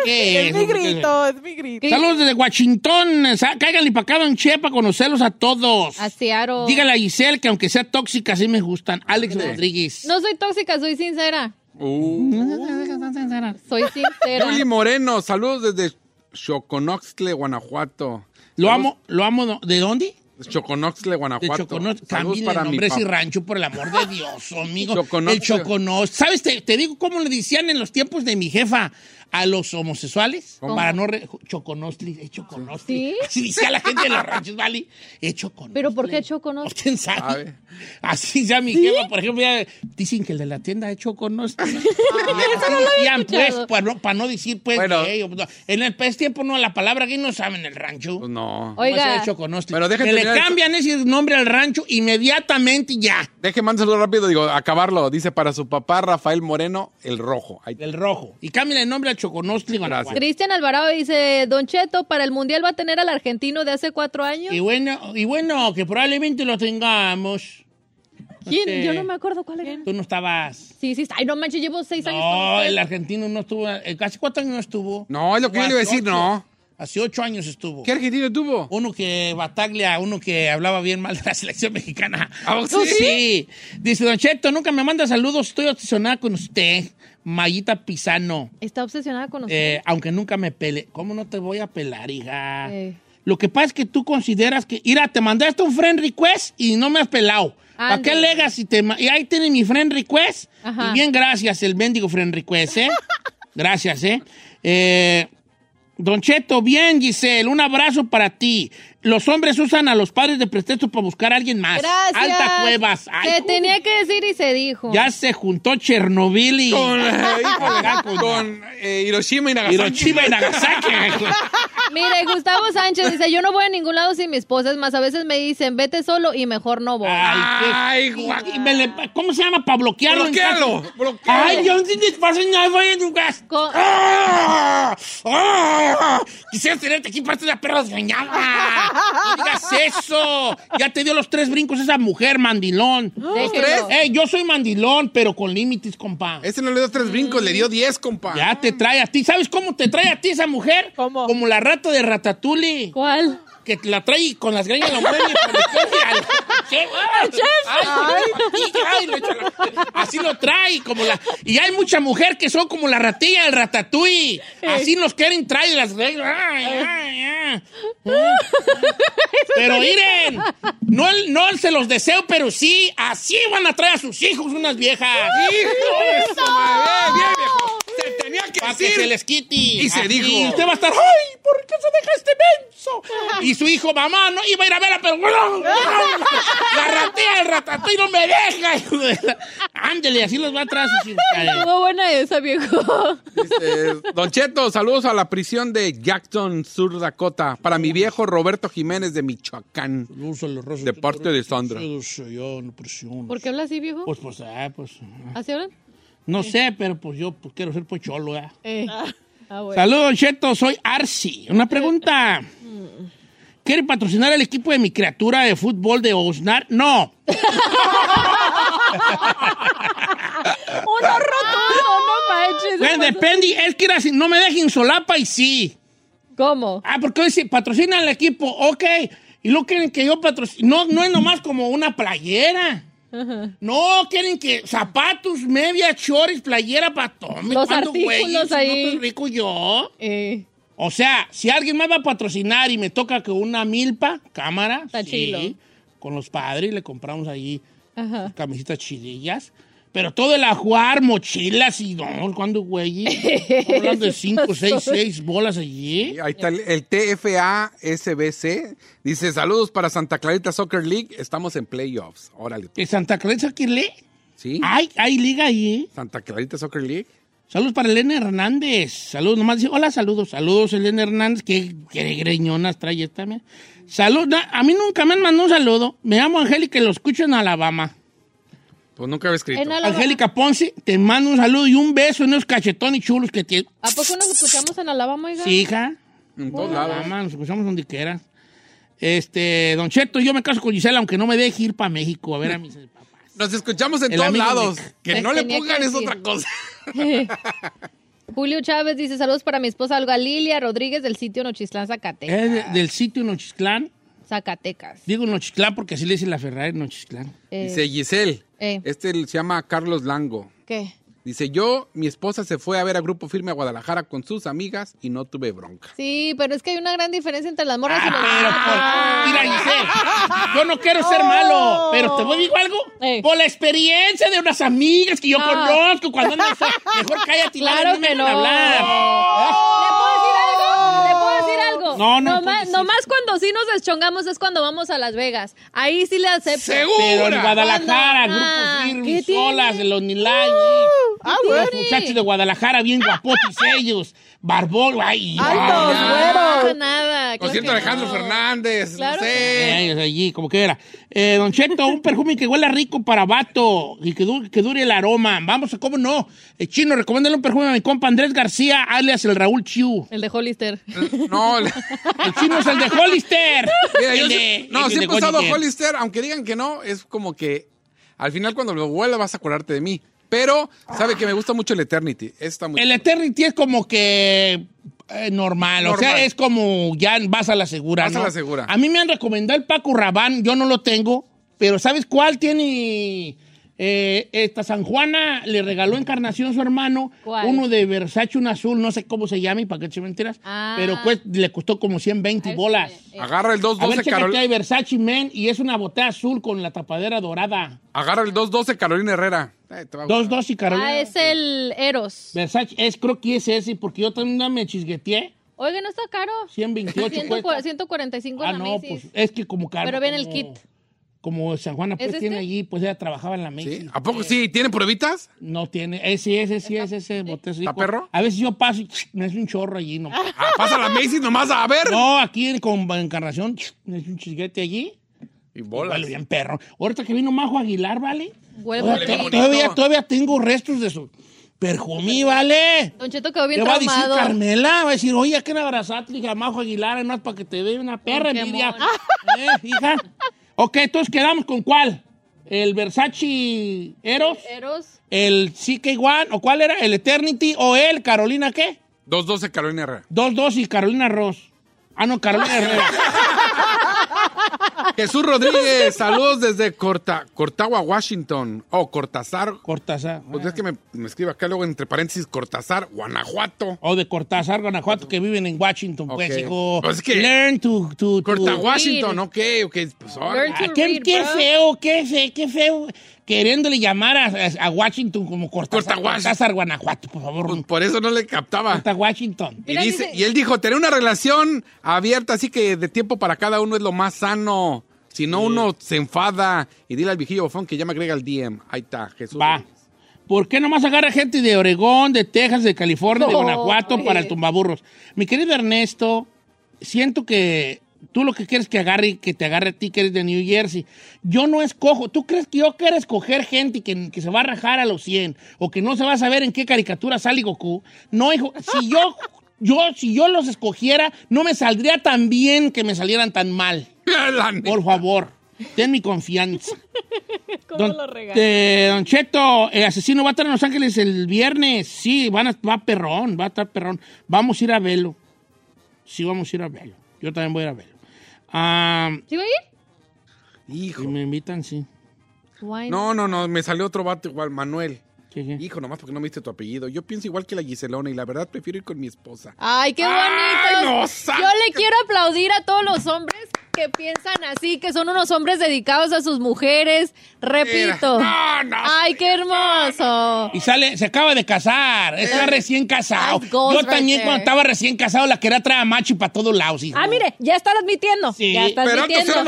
Es
qué es?
mi grito, es mi grito.
Saludos desde Washington. Sa- Cáiganle para acá, Don Chepa, conocerlos a todos.
Así, Aro.
Dígale a Giselle que aunque sea tóxica, sí me gustan. Alex Rodríguez.
No soy tóxica, soy sincera.
Uh.
Soy sincera.
Yuli Moreno, saludos desde Choconoxtle, Guanajuato.
Lo amo, lo amo. no- ¿De dónde?
Choconoxtle,
De
Guanajuato.
Choconos.
Saludos
Cámbiale
para
el
mi
nombre
papá.
ese rancho, por el amor de Dios,
(laughs)
amigo.
Choconoxtle.
El Choconos. ¿Sabes? Te, te digo cómo le decían en los tiempos de mi jefa a los homosexuales.
¿Cómo?
Para no... re- Choconosli. Es Choconosli.
¿Sí?
(laughs) Así decía la gente de los ranchos, ¿vale? Es Choconosli.
Pero ¿por qué Choco no?
(laughs) ¿Quién
A
sabe?
ver.
Así ya mi jefa, por ejemplo, ya dicen que el de la tienda de Choco no
(laughs) Ah,
está. Decían, pues,
escuchado.
para no, para no decir, pues,
Bueno.
que ellos- no. en el pues, tiempo no, la palabra que no saben el rancho.
Pues no.
Oiga.
No es de Choconostle.
Bueno, dejen
que le
terminar el-
cambian ese nombre al rancho inmediatamente y ya.
Deje, mándaselo rápido, digo, acabarlo. Dice para su papá Rafael Moreno, el rojo. Ahí
El rojo. Y cambian el nombre a Choconostle. Guanajuato.
Cristian Alvarado dice, Don Cheto, para el Mundial va a tener al argentino de hace cuatro años.
Y bueno, y bueno, que probablemente lo tengamos.
¿Quién?
sé.
Yo no me acuerdo cuál era.
Tú no estabas.
Sí, sí. Ay, no manches, llevo seis años con
No,
usted.
el argentino no estuvo. eh, Casi cuatro años no estuvo.
No, es lo que yo le iba a decir,
Hace ocho-
no.
Hace ocho años estuvo.
¿Qué argentino tuvo?
Uno que bataglia, uno que hablaba bien mal de la (laughs) selección mexicana.
¿Ah, sí?
¿Tú sí? Dice, Don Cheto, nunca me manda saludos, estoy obsesionada con usted, Mayita Pisano.
Está obsesionada con nosotros.
Eh, aunque nunca me pele. ¿Cómo no te voy a pelar, hija?
Eh.
Lo que pasa es que tú consideras que, mira, te mandaste un friend request y no me has pelado. ¿Para
Ande.
qué legas? Y, te ma- y ahí tiene mi friend request.
Ajá.
Y bien, gracias, el mendigo friend
(laughs)
request, ¿eh? gracias, ¿eh? Eh, Don Cheto, bien, Giselle, un abrazo para ti. Los hombres usan a los padres de pretexto para buscar a alguien más.
Gracias.
Alta cuevas. Ay,
se
ju-
tenía que decir y se dijo.
Ya se juntó Chernobyl y
Con, eh, (laughs) híjole, con, eh, Hiroshima y Nagasaki.
Hiroshima y Nagasaki.
(laughs)
Mire, Gustavo Sánchez dice, yo no voy a ningún lado sin mi esposa. Es más, a veces me dicen, vete solo y mejor no voy.
Ay,
Ay,
qué-
guau.
y me le- ¿Cómo se llama? Para bloquearlo. en
Bloquealo,
caso-
bloquealo.
Ay, yo no sé si pasa nada, voy a educar.
Co-
¡Ah! ¡Ah! Quisiera tenerte aquí parte de la perra desgañada. No digas eso. Ya te dio los tres brincos esa mujer, mandilón.
Déjelo.
Ey, yo soy mandilón, pero con límites, compa.
Ese no le dio tres brincos, le dio diez, compa.
Ya te trae a ti. ¿Sabes cómo te trae a ti esa mujer?
¿Cómo?
Como la rata de Ratatouille.
¿Cuál?
que la trae con las greñas lo mueve y cuando corre al chef. ¡Ay, y- ay, lo echa la- así lo trae como la y hay mucha mujer que son como la ratilla del ratatouille así nos quieren traer las greñas Ay, ay, ay. pero miren no, no se los deseo pero sí así van a traer a sus hijos unas viejas
¡Hijo de su madre! ¡Bien, bien, viejo! Se tenía que
para que
decir.
se les quite
Y se dijo.
y usted va a estar ay por qué se deja este menso eso. Y su hijo, mamá, no iba a ir a verla, pero la ratea, el ratatouille no me deja. hijo de la- Ándele, así los va (laughs) atrás. así, cae.
Muy buena esa, viejo.
Dice, eh, Don Cheto, saludos a la prisión de Jackson, Sur Dakota, para mi viejo Roberto Jiménez de Michoacán. De parte de Sandra.
¿Por qué habla así, viejo?
Pues, pues, ah, pues. ah.
¿Así hablan?
No sé, pero pues yo pues, quiero ser pocholo, ¿eh?
Eh. Ah, bueno.
Saludos, Don Cheto, soy Arsi. Una pregunta. Mm. ¿Quiere patrocinar al equipo de mi criatura de fútbol de Osnar? No.
(laughs) ¡Uno rotundo! ¡No manches!
Pues depende, es que era así, no me dejen solapa y sí.
¿Cómo?
Ah, porque dice, patrocina al equipo, ok. Y luego quieren que yo patrocine. No, no es nomás como una playera.
Ajá.
No, quieren que zapatos, medias, chores, playera para Tommy.
Los
¿Cuándo, güey?
artículos
Si
ahí.
No estoy rico yo.
Eh,
O sea, si alguien más va a patrocinar y me toca que una milpa, cámara,
Está
sí,
chilo.
con los padres, le compramos ahí
ajá.
camisetas chidillas. Pero todo el ajuar, mochilas y no,
(laughs)
¿cuándo, güey? Estamos Hablando de 5, 6, 6 bolas allí.
Ahí está el, el TFA SBC. Dice, saludos para Santa Clarita Soccer League. Estamos en playoffs. Órale.
¿En Santa Clarita qué le?
¿Sí?
Ay, hay liga ahí.
Santa Clarita Soccer League.
Saludos para Elena Hernández. Saludos, nomás dice, hola, saludos, saludos, Elena Hernández. Qué, qué greñonas trae esta. mira. Saludos, na- a mí nunca me han mandado un saludo. Me llamo Angélica y lo escucho en Alabama.
Pues nunca había escrito.
En Alabama.
Angélica Ponce, te mando un saludo y un beso en esos cachetones chulos que tienes.
¿A poco nos escuchamos en Alabama, oiga?
Sí, hija.
En todos lados.
Alabama, nos escuchamos donde quieras. Este, Don Cheto, yo me caso con Gisela, aunque no me deje ir para México a ver a
(laughs)
mis papás.
Nos escuchamos en
El
todos
amigo
lados.
Nick.
Que
Te
no le
tenía que
pongan es
decir.
otra cosa.
Julio Chávez dice saludos para mi esposa Olga Lilia Rodríguez del sitio Nochislán, Zacatecas.
Es de- del sitio Nochistlán.
Zacatecas.
Digo Nochistlán porque así le dice la Ferrari Nochistlán.
Eh,
Dice Giselle.
Eh.
Este se llama Carlos Lango.
¿Qué?
Dice, yo, mi esposa se fue a ver a Grupo Firme a Guadalajara con sus amigas y no tuve bronca.
Sí, pero es que hay una gran diferencia entre las morras y los
Ah, pero Ah, por- mira, Giselle, yo no quiero ser malo, pero te voy a decir algo.
Ey.
Por la experiencia de unas amigas que yo
No.
conozco, cuando andan, mejor cállate y
Claro
nada, no me
que
vengan a
no.
hablar. Ah,
¿Le puedo decir algo? ¿Le puedo decir algo?
No, no puedes
Nomás,
decir.
nomás cuando sí nos deschongamos es cuando vamos a Las Vegas. Ahí sí le acepto.
¡Seguro!
Pero en
Pura.
Guadalajara,
Anda.
grupos
Ah, ¿Qué
firmes,
tiene?
solas, de los Nilay.
Ah,
Los
bueno.
muchachos de Guadalajara, bien guapotis ellos. Barbol, ay,
Altos,
ay,
No pasa
güero.
nada.
Lo
claro
siento,
que
Alejandro
no.
Fernández.
Claro
No
ay,
sé.
ay, allí, como que era. Eh, don Cheto, un perfume que huela rico para vato y que, du- que dure el aroma. Vamos, ¿cómo no? Eh, chino, recomiéndale un perfume a mi compa Andrés García, alias el Raúl Chiu.
El de Hollister.
No, le-
El chino es el de Hollister.
mira, yo
El
sí-
de-
no,
el de
siempre he usado
Hollister.
Hollister, aunque digan que no, es como que al final cuando lo huela vas a acordarte de mí. Pero, sabe que me gusta mucho el Eternity. Está muy
El Eternity es como que eh, normal, o sea,
Normal.
es como ya vas a la segura.
Vas a
¿no?
la segura.
A mí me han recomendado el Paco Rabán, yo no lo tengo, pero ¿sabes cuál tiene? Eh, esta San Juana le regaló Encarnación su hermano,
¿Cuál?
uno de Versace, un azul, no sé cómo se llama y para qué se me enteras,
Ah.
pero pues, le costó como 120
Ahí
bolas.
sí, eh.
Agarra el
A ver,
212
chécate
Carol-
ahí, Versace Men, y es una botella azul con la tapadera dorada.
Agarra el 212 Carolina Herrera. Eh, te va a
Dos,
gustar.
dos y Carolina.
Ah, es el Eros.
Versace, es, creo que es ese, porque yo también me chisgueteé.
Oiga, no está caro.
128
Ciento
cuesta.
cua- 145
Ah,
en la
no,
Macy's.
pues es que como Carlos.
Pero ven el
como-
kit.
Como San Juana, pues
¿Es
tiene
este?
allí, pues ella trabajaba en la Macy's.
¿Sí? ¿A poco sí? ¿Tiene pruebitas?
No tiene, ese, ese, sí, ese, ese botezo.
¿Está perro?
A veces yo paso y me hace un chorro allí, no.
Ah, pasa la Macy's nomás a ver.
No, aquí en, con Encarnación, me hace un chisguete allí.
Y bolas.
Vale, bien perro. Ahorita que vino Majo Aguilar, ¿vale?
Huele
Todavía,
bonito.
te- todavía, todavía tengo restos de su perjumí, ¿vale?
Don Cheto quedó bien
Le va a decir
traumado.
Carmela, va a decir, oye, ¿a quién abrazaste? Hija, Majo Aguilar, nomás para que te dé una perra
Ay, qué
envidia.
mono.
(laughs) Eh, hija. Ok, entonces quedamos con cuál? ¿El Versace Eros?
Eros.
¿El CK1? ¿O cuál era? ¿El Eternity? ¿O el Carolina qué?
212 Carolina Herrera.
2-2 y Carolina Ross. Ah,
(laughs)
no, Carolina Herrera.
Jesús Rodríguez, saludos desde Corta, Cortagua, Washington. O Cortazar.
Cortázar.
Pues es que me, me escribe acá luego entre paréntesis Cortazar, Guanajuato.
O de Cortázar, Guanajuato, que viven en Washington, pues,
Ok.
hijo.
Pues es que-
Learn to... to, to-
Corta Washington,
Read.
ok, ok. Pues, ahora.
Learn
Ah,
to
qué,
read,
qué
bro.
feo, qué feo, qué feo. queriéndole llamar a, a- a Washington como Cortázar,
Cortaguas.
Cortázar Guanajuato, por favor.
Pues por eso no le captaba.
Corta Washington.
Y, dice- y él dijo, tener una relación abierta, así que de tiempo para cada uno es lo más sano. Si no, uno se enfada. Y dile al viejillo bofón que ya me agrega el DM. Ahí está, Jesús. (laughs)
Va. ¿Por qué nomás agarra gente de Oregón, de Texas, de California, de
No,
Guanajuato
pues.
para el tumbaburros? Mi querido Ernesto, siento que tú lo que quieres que agarre, que te agarre a ti que eres de New Jersey. Yo no escojo. ¿Tú crees que yo quiero escoger gente que, que se va a rajar a los 100 o que no se va a saber en qué caricatura sale Goku? No, hijo. Si yo, yo, si yo los escogiera, no me saldría tan bien que me salieran tan mal. Por favor, ten
(laughs)
mi confianza. Don, eh, don Cheto, eh, asesino va a estar en Los Ángeles el viernes. Sí, van a- va perrón, va a estar perrón. Vamos a ir a verlo. Sí, vamos a ir a verlo. Yo también voy a ir a verlo. Ah,
¿Sí va a ir?
si me invitan, sí.
Why
No,
not?
no, no, me salió otro vato igual, Manuel. Hijo, nomás porque no me diste tu apellido. Yo pienso igual que la Giselona y la verdad prefiero ir con mi esposa.
Ay, qué
Ay, no,
bonitos.
saca.
Yo le quiero aplaudir a todos los hombres que piensan así, que son unos hombres dedicados a sus mujeres. Repito.
No, no,
Ay, qué hermoso.
Y sale, se acaba de casar. Está recién casado.
goals
Yo
right
también
there.
cuando estaba recién casado la quería traer a macho y para todos lados, hijo.
Ah, mire, ya están admitiendo. ya estás admitiendo.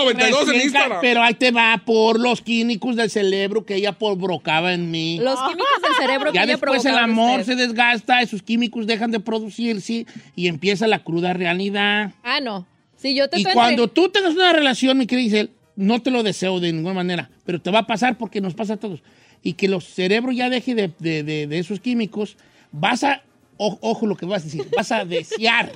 Recién ca- Pero ahí te va por los químicos del cerebro que ella por- brocaba en mí.
Los químicos del cerebro que
ya
ella
después el
provocaba en
amor
usted.
se desgasta, esos químicos dejan de producirse y empieza la cruda realidad.
Ah, no. Si yo te
Y
estoy
cuando tú tengas una relación, mi querida Giselle, no te lo deseo de ninguna manera, pero te va a pasar porque nos pasa a todos. Y que los cerebros ya deje de, de- de- de esos químicos, vas a, o- ojo lo que vas a decir, vas
(laughs)
a desear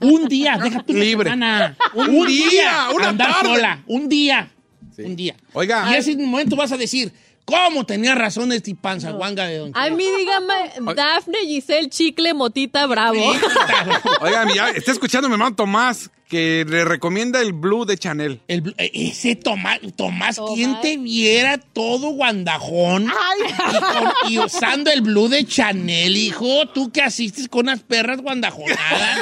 un día, déjate una
Libre.
semana,
Un día, una
andar
tarde.
sola, un día, un día.
Oiga.
Y ese momento vas a decir, ¿cómo tenía razón este panzaguanga de don
A mí dígame, Dafne Giselle Chicle Motita Bravo.
Oigan, ya está escuchando mi hermano Tomás que le recomienda el Blue de Chanel.
(laughs) El e-, ese Tomás, Tomás, ¿quién te viera todo guandajón y, con- y usando el blue de Chanel, hijo? Tú que asistes con unas perras guandajonadas.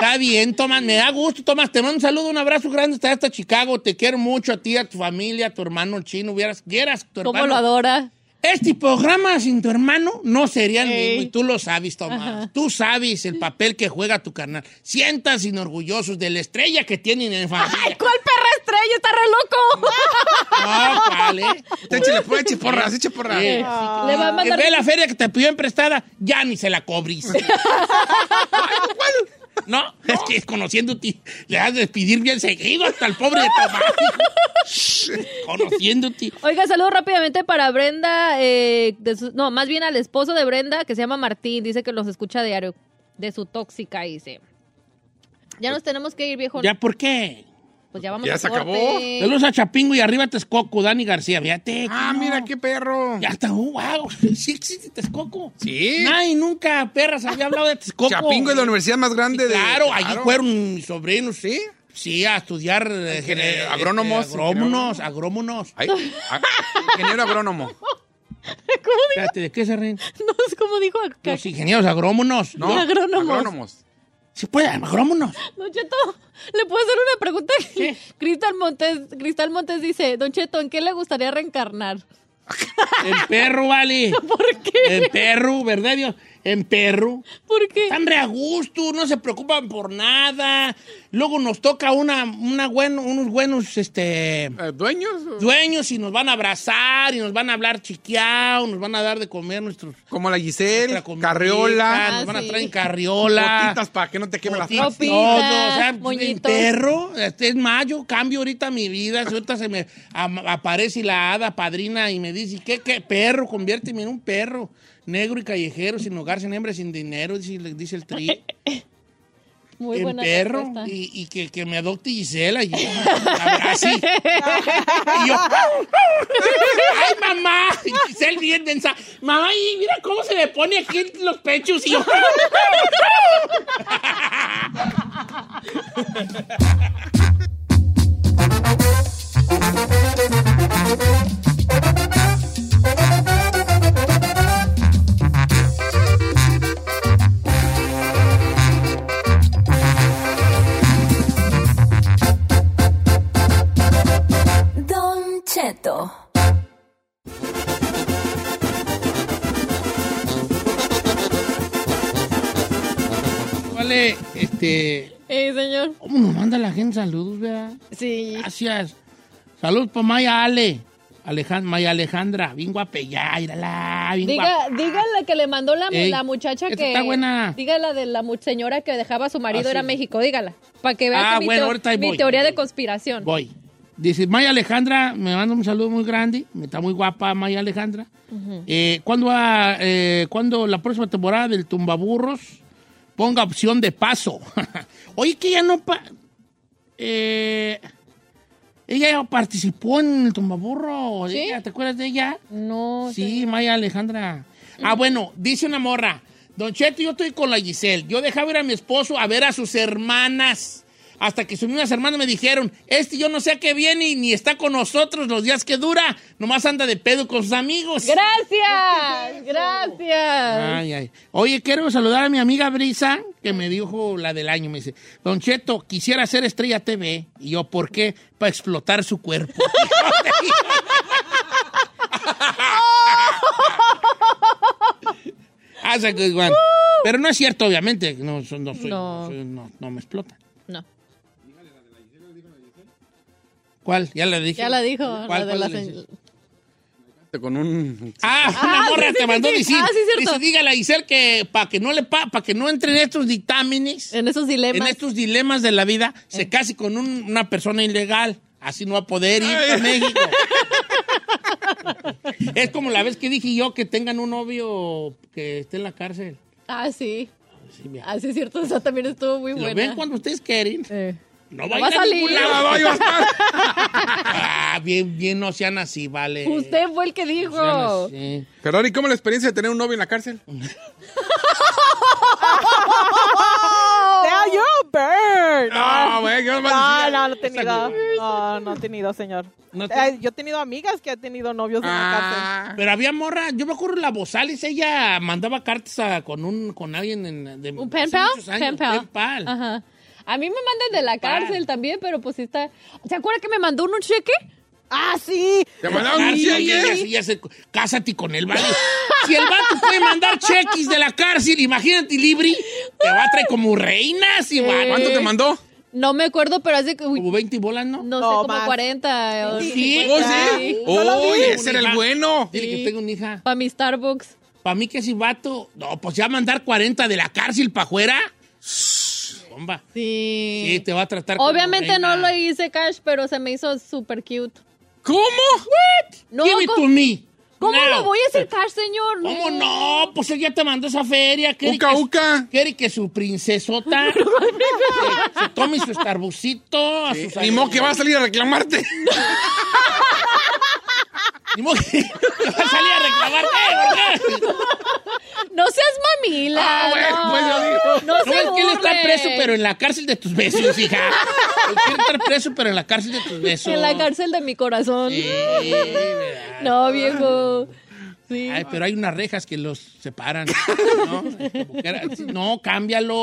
Está bien, Tomás, me da gusto, Tomás. Te mando un saludo, un abrazo grande. Estás hasta Chicago. Te quiero mucho a ti, a tu familia, a tu hermano el chino. Hubieras, quieras, tu
(laughs) ¿Cómo
hermano.
lo adora?
Este programa sin tu hermano no sería el mismo y tú lo sabes, Tomás. Tú sabes el papel que juega tu carnal. Sientas inorgullosos de la estrella que tienen en familia.
¡Ay, cuál perra estrella! ¡Está re loco!
No, eh? vale.
Échale, pues, eche porras, eche porras.
Le
Ah.
va a mandar. eh, Ve la feria que te pidieron prestada, ya ni se la cobris. No, es que es conociéndote, le has de pedir bien seguido hasta el pobre de Tomás. conociéndote.
Oiga, saludo rápidamente para Brenda, eh, de su- no, más bien al esposo de Brenda, que se llama Martín, dice que los escucha diario, de su tóxica, dice. Ya nos tenemos que ir, viejo.
¿Ya por qué?
pues ya vamos
Ya
a
se acabó.
corte.
Saludos a Chapingo y arriba Texcoco, Dani García. Fíjate.
Ah, mira qué perro.
Ya está, uh, wow. Sí existe Texcoco.
Sí.
Ay, nunca, perras, había hablado de Texcoco.
Chapingo es la universidad más grande de.
Claro, allí fueron mis sobrinos. ¿Sí? Sí, a estudiar. eh, eh,
agrónomos,
eh, agrómonos, agrómonos.
Ay, a- ingeniero agrónomo.
(laughs) ¿Cómo dijo?
Espérate, ¿de qué se ríen?
No, es como dijo acá.
Los ingenieros agrómonos. No,
Agrónomos.
Sí, pues, agrómonos.
Don Cheto, ¿le puedo hacer una pregunta? Cristal Montes, Cristal Montes dice, Don Cheto, ¿en qué le gustaría reencarnar? (laughs)
En perro, vale. ¿Por
qué?
En perro, ¿verdad, Dios? En perro.
¿Por qué?
Están re a gusto, no se preocupan por nada. Luego nos toca una, una bueno, unos buenos, este...
Eh, ¿Dueños?
Dueños y nos van a abrazar y nos van a hablar chiquiao, nos van a dar de comer nuestros...
Como la Giselle,
comidita,
carriola.
nos van a traer en carriola.
Botitas para que no te queme la
Todo,
frase.
o sea,
moñitos.
en perro, este es mayo, cambio ahorita mi vida, si ahorita se me am- aparece la hada padrina y me dice, ¿qué, qué perro? Conviérteme en un perro, negro y callejero, sin hogar, sin hembra, sin dinero, dice, le dice el tri.
Muy
en
buena
perro,
respuesta.
y, y que, que me adopte Gisela, y yo, así. Y yo, ¡ay, mamá! Y Giselle bien densa, mamá, y mira cómo se me pone aquí en los pechos, y yo...
Don Cheto.
Mire, este.
Eh, señor.
¿Cómo nos manda la gente saludos, vea?
Sí.
Gracias. Salud por Maya Ale. Alejandra, Maya Alejandra, bien guapella, írala, bien
Diga,
guapa.
diga la que le mandó la,
Ey,
la muchacha
esta
que.
está buena.
Diga la de la mu- señora que dejaba a su marido,
Ah, sí.
era México, dígala. Para que vea
Ah,
que mi,
bueno,
teo-
ahorita ahí
mi
voy.
teoría de conspiración.
Voy. Dice, Maya Alejandra, me manda un saludo muy grande. Me está muy guapa Maya Alejandra.
Ujú.
Eh, ¿cuándo, va, eh, cuándo la próxima temporada del Tumbaburros ponga opción de paso? (laughs) Oye, que ya no... pa- eh, ella ya participó en el Tumbaburro.
¿Sí?
Ella, ¿Te acuerdas de ella?
No.
Sí, Maya Alejandra. Ah, bueno, dice una morra. Don Cheto, yo estoy con la Giselle. Yo dejaba ir a mi esposo a ver a sus hermanas. Hasta que sus mismas hermanas me dijeron, este yo no sé a qué viene y ni está con nosotros los días que dura. Nomás anda de pedo con sus amigos.
Gracias, gracias.
Ay, ay. Oye, quiero saludar a mi amiga Brisa, que me dijo la del año. Me dice, Don Cheto, quisiera ser estrella TV. Y yo, ¿por qué? Para explotar su cuerpo. (laughs) That's a good one. pues, Pero no es cierto, obviamente. No, so- no soy-
Uh. No.
no soy- no- no me explota.
No.
¿Cuál? Ya la dije.
Ya la dijo,
¿Cuál-
la de
cuál
la
le
señ-
dices?
Con un...
Ah, una
Ah,
morra
sí,
te
sí,
mandó
sí, sí.
decir.
Ah, sí, cierto.
Dice, dígale a Giselle que para que no le pa, para que no entre en estos dictámenes,
En esos dilemas.
en este estos dilemas de la vida,
Eh.
se case con un- una persona ilegal. Así no va a poder ir a México. es como la vez que dije yo que tengan un novio que esté en la cárcel.
Ah, sí.
Sí, mira.
Ah, sí, es cierto. Esa también estuvo muy
Lo
buena.
ven cuando ustedes quieren.
Eh.
No
No
va
va
a ir a
a
ningún
salir.
lado.
No va a ir a
Ah, bien, bien, no sean así, vale.
Usted fue el que dijo.
No sean así.
Ferrari, ¿cómo es la experiencia de tener un novio en la cárcel?
Oh.
Now you're a bird.
No, güey, yo nomás
no,
decía-
Ah, no, no he tenido.
Esa-
No, no he tenido, señor.
No te-
Eh, yo he tenido amigas que han tenido novios
Ah.
Pero había morra, yo me acuerdo la Bozales, ella mandaba cartas a- con un con alguien en, de
¿Un pen
hace
pal?
muchos años,
Pen pal.
pen pal.
Ajá. A mí me mandan de la
Para.
cárcel también, pero pues sí está. ¿Se acuerda que me mandó uno un cheque?
en la cárcel. Ah, sí.
¿Te mandaron un
Ay, ella-
cheque?
ella- ella se- cásate con el vale. Si el vato puede mandar cheques de la cárcel, imagínate, Libri, te va a traer como reinas y va.
¿Cuánto te mandó?
No me acuerdo, pero hace que. uy,
Como 20 bolas, ¿no?
No,
no, sé, como
más.
40. o
Sí.
50.
¿Oh, sí?
No lo vi.
¡Uy, ese era el bueno!
Dile que tengo una hija.
Para mi Starbucks.
Para mí que si vato, no, pues ya mandar 40 de la cárcel para afuera. Bomba.
Sí.
Sí, te va a tratar como
Obviamente no
reina.
lo hice cash, pero se me hizo súper cute.
¿Cómo?
No,
Give it
co-
to me.
¿Cómo
Now.
lo voy a hacer cash, señor?
¿Cómo no? Pues él ya te mandó esa feria. Quiere
¡Uca,
que,
uca!
quiere que su
(laughs)
princesota eh, se tome su estarbucito. a sus
Ni modo que va a salir a reclamarte.
Ni (laughs) modo que va a salir a reclamarte. ¿por qué?
No seas mamila.
Ah, bueno,
no.
pues yo digo.
No,
No,
se
él quiere estar
burle.
preso, pero en la cárcel de tus besos, hija. Él quiere estar preso, pero en la cárcel de tus besos.
En la cárcel de mi corazón.
Sí, ¿verdad?
No, viejo. Sí.
Ay, pero hay unas rejas que los separan. No, Este, como que era- no cámbialo.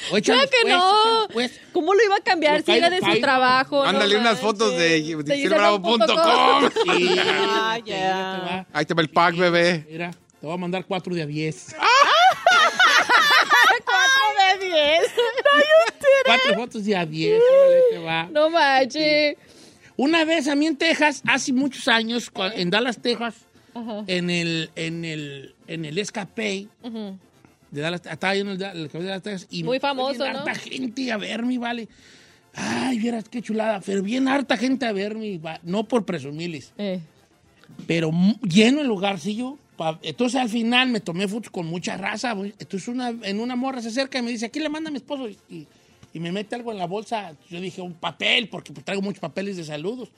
O pues, échalo
Claro que
después, échalo
no.
después.
¿Cómo lo iba a cambiar
Lo
si era
cae-
de su
cae-
trabajo?
Ándale
No manches.
unas fotos de
De
giselbravo.com.
Sí,
Ah,
sí,
ya.
te va.
Ahí te va el pack, bebé.
Mira, te voy a mandar cuatro de a diez.
Cuatro de diez.
Cuatro fotos de a diez. órale, te va.
No manches.
Una vez a mí en Texas, hace muchos años, cua- en Dallas, Texas, en el, en el, en el escape de Dallas, estaba yo en el, da- el escape de Dallas, Texas. Y
Muy
fue
famoso,
bien
¿no?
harta gente a verme, vale. Ay, vieras qué chulada, pero bien harta gente a verme, va- no por presumirles,
Eh.
pero mu- lleno el lugarcillo. pa- Entonces al final me tomé fotos con mucha raza. güey. Entonces una, en una morra se acerca y me dice, aquí le manda a mi esposo. Y, y- y me mete algo en la bolsa. Yo dije, un papel, porque pues, traigo muchos papeles de saludos.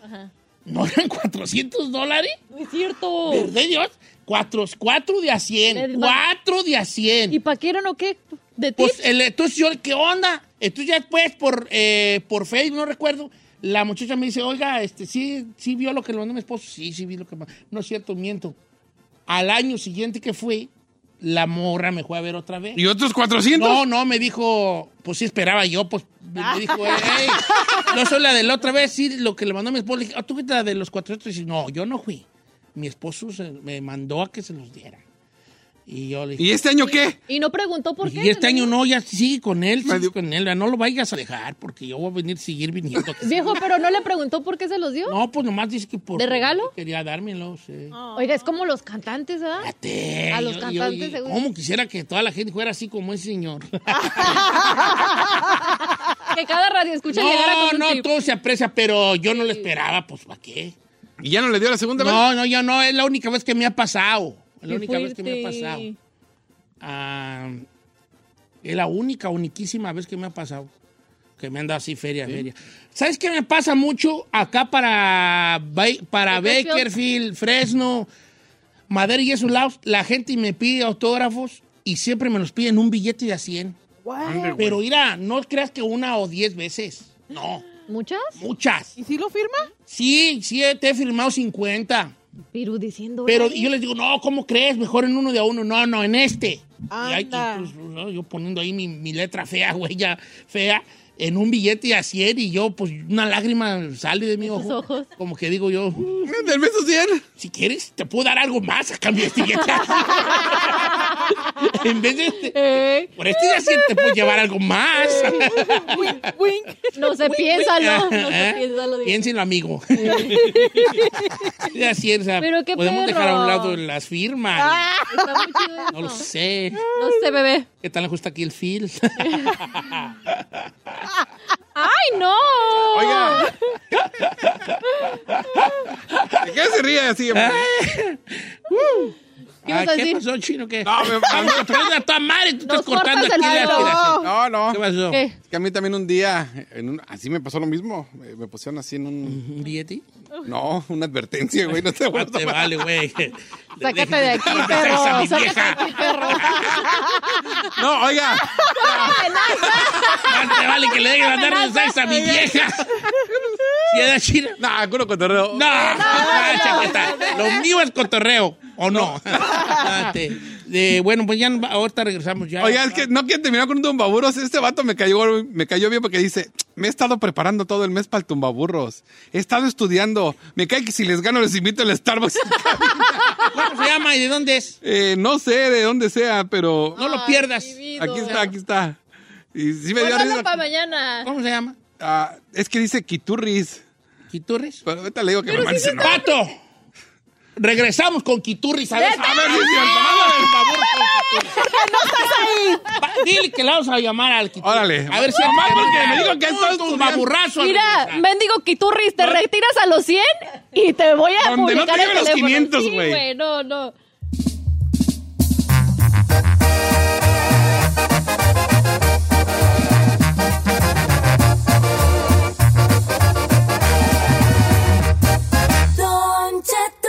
¿No eran 400 dólares?
No es cierto.
¿Verdad, Dios? Cuatro, cuatro de a 100.
El ba-
Cuatro de a 100.
¿Y para qué eran o qué? ¿De ti?
Pues, el, entonces yo, ¿qué onda? Entonces ya después, por, eh, por Facebook, no recuerdo, la muchacha me dice, oiga, este, sí, sí vio lo que le mandó mi esposo. Sí, sí vi lo que mandó. No es cierto, miento. Al año siguiente que fui, la morra me fue a ver otra vez.
¿Y otros 400?
No, no, me dijo, pues sí esperaba yo, pues me me dijo, hey, no soy la de la otra vez, sí, lo que le mandó mi esposo, le dije, "Ah, tú fuiste la de los 400, y dice, no, yo no fui, mi esposo se- me mandó a que se los diera. Y yo le dije,
¿Y este año qué?
Y no preguntó por qué.
Y este año no, ya sigue con él, sigue con él. No lo vayas a dejar porque yo voy a venir, seguir viniendo. aquí.
Viejo, pero no le preguntó por qué se los dio.
No, pues nomás dice que por...
¿De regalo?
Quería dármelo, sí.
Oiga, es como los cantantes, ¿ah? ¿verdad?
Te-
A los
yo- yo-
cantantes,
yo-
según.
¿Cómo quisiera que toda la gente fuera así como
(laughs)
ese señor?
Que cada radio escucha llegara
no,
con un
no,
tip.
todo se aprecia, pero yo no lo esperaba, pues ¿para qué?
¿Y ya no le dio la segunda vez?
No, no, ya no, es la única vez que me ha pasado. Es la
Qué
única vez que me ha
fuerte.
pasado. Ah, es la única, uniquísima vez que me ha pasado. Que me anda así feria, feria. ¿Sabes qué me pasa mucho acá para, Ba- para
Bakersfield.
Bakerfield, Fresno, Madera y esos lados? La gente me pide autógrafos y siempre me los piden un billete de a 100.
What?
Pero mira, no creas que una o diez veces. No,
¿Muchas?
muchas.
¿Y si lo firma?
Sí, sí, te he firmado 50.
Pero diciendo.
Pero yo les digo, no, ¿cómo crees? Mejor en uno de a uno. No, no, en este. Y ahí,
Anda.
pues, no, yo poniendo ahí mi, mi letra fea, (laughs) güey, ya fea, en un billete a 100 y yo, pues, una lágrima sale de mi ojo.
ojos.
Como que digo yo,
¿Del beso 100?
si quieres, te puedo dar algo más a cambio de este billete.
(laughs)
en vez de este,
Eh,
por este de a 100 te puedo llevar
(laughs)
algo más.
Wink, wink.
no se piensa,
(laughs)
no. No se
¿Eh?
piensa lo digo. (laughs)
Piénsenlo, amigo. (laughs) De a 100, o sea,
Pero qué
podemos dejar a un
perro.
lado las firmas.
Está muy chido
No lo
eso.
sé.
No sé, bebé.
¿Qué tal le gusta aquí el feel? (laughs)
¡Ay, no!
Oiga. (laughs) ¿De qué se ríe así? hombre?
¿Qué vas a
Ah, ¿Qué
decir?
pasó, chino? ¿Qué?
No, me-
Vamos a traer a tu madre. Tú estás
Nos
cortando
cortas
aquí
el
la
pelo.
tira.
No, no.
¿Qué pasó?
¿Qué?
Es que a mí también un día, en un- así me pasó lo mismo. Eh, Me pusieron así en un...
¿Un billete?
No, una advertencia, güey. Pues No te
No
vuelvas a
te
tomar.
vale,
(laughs)
güey.
Sácate de aquí,
Déjame
perro.
esa, mi
Sácate
vieja.
de aquí, perro.
No, oiga.
Más te vale que le deje mandar
Amenaza.
mensajes a mi vieja.
(laughs)
¿Y era china?
No, culo cotorreo.
No, ah, chaqueta. Lo mío es cotorreo, ¿o (laughs) no? Espérate. Eh, bueno, pues ya no va- ahorita regresamos ya.
Oiga, es que no quiero terminar con un tumbaburros. Este vato me cayó, me cayó bien porque dice, me he estado preparando todo el mes para el tumbaburros. He estado estudiando. Me cae que si les gano les invito al Starbucks. (laughs)
¿Cómo se llama y de dónde es?
Eh, no sé de dónde sea, pero
No Pues lo
Ay,
pierdas.
mi vida.
aquí está, aquí está. Y sí me dio
Guárdalo
risa.
para mañana.
¿Cómo se llama?
Ah, es que dice Quiturris.
¿Quiturris?
Pero ahorita le digo que me mande ese nombre.
¡Pato! Regresamos con Quiturris. A ver, a ver,
¡Neta!
si se alcanza, por favor, con Quiturris. Va, Dile que le vamos a llamar al Quiturris.
Órale.
A ver si
Nomás porque me dijo
digo
que está
un
estudiando.
baburrazo.
Mira, mendigo Kiturris, te retiras a los 100 y te voy a
Donde no
publicar
te
el
lleven los
teléfono.
500,
Sí,
güey.
no, no.
Don Cheto.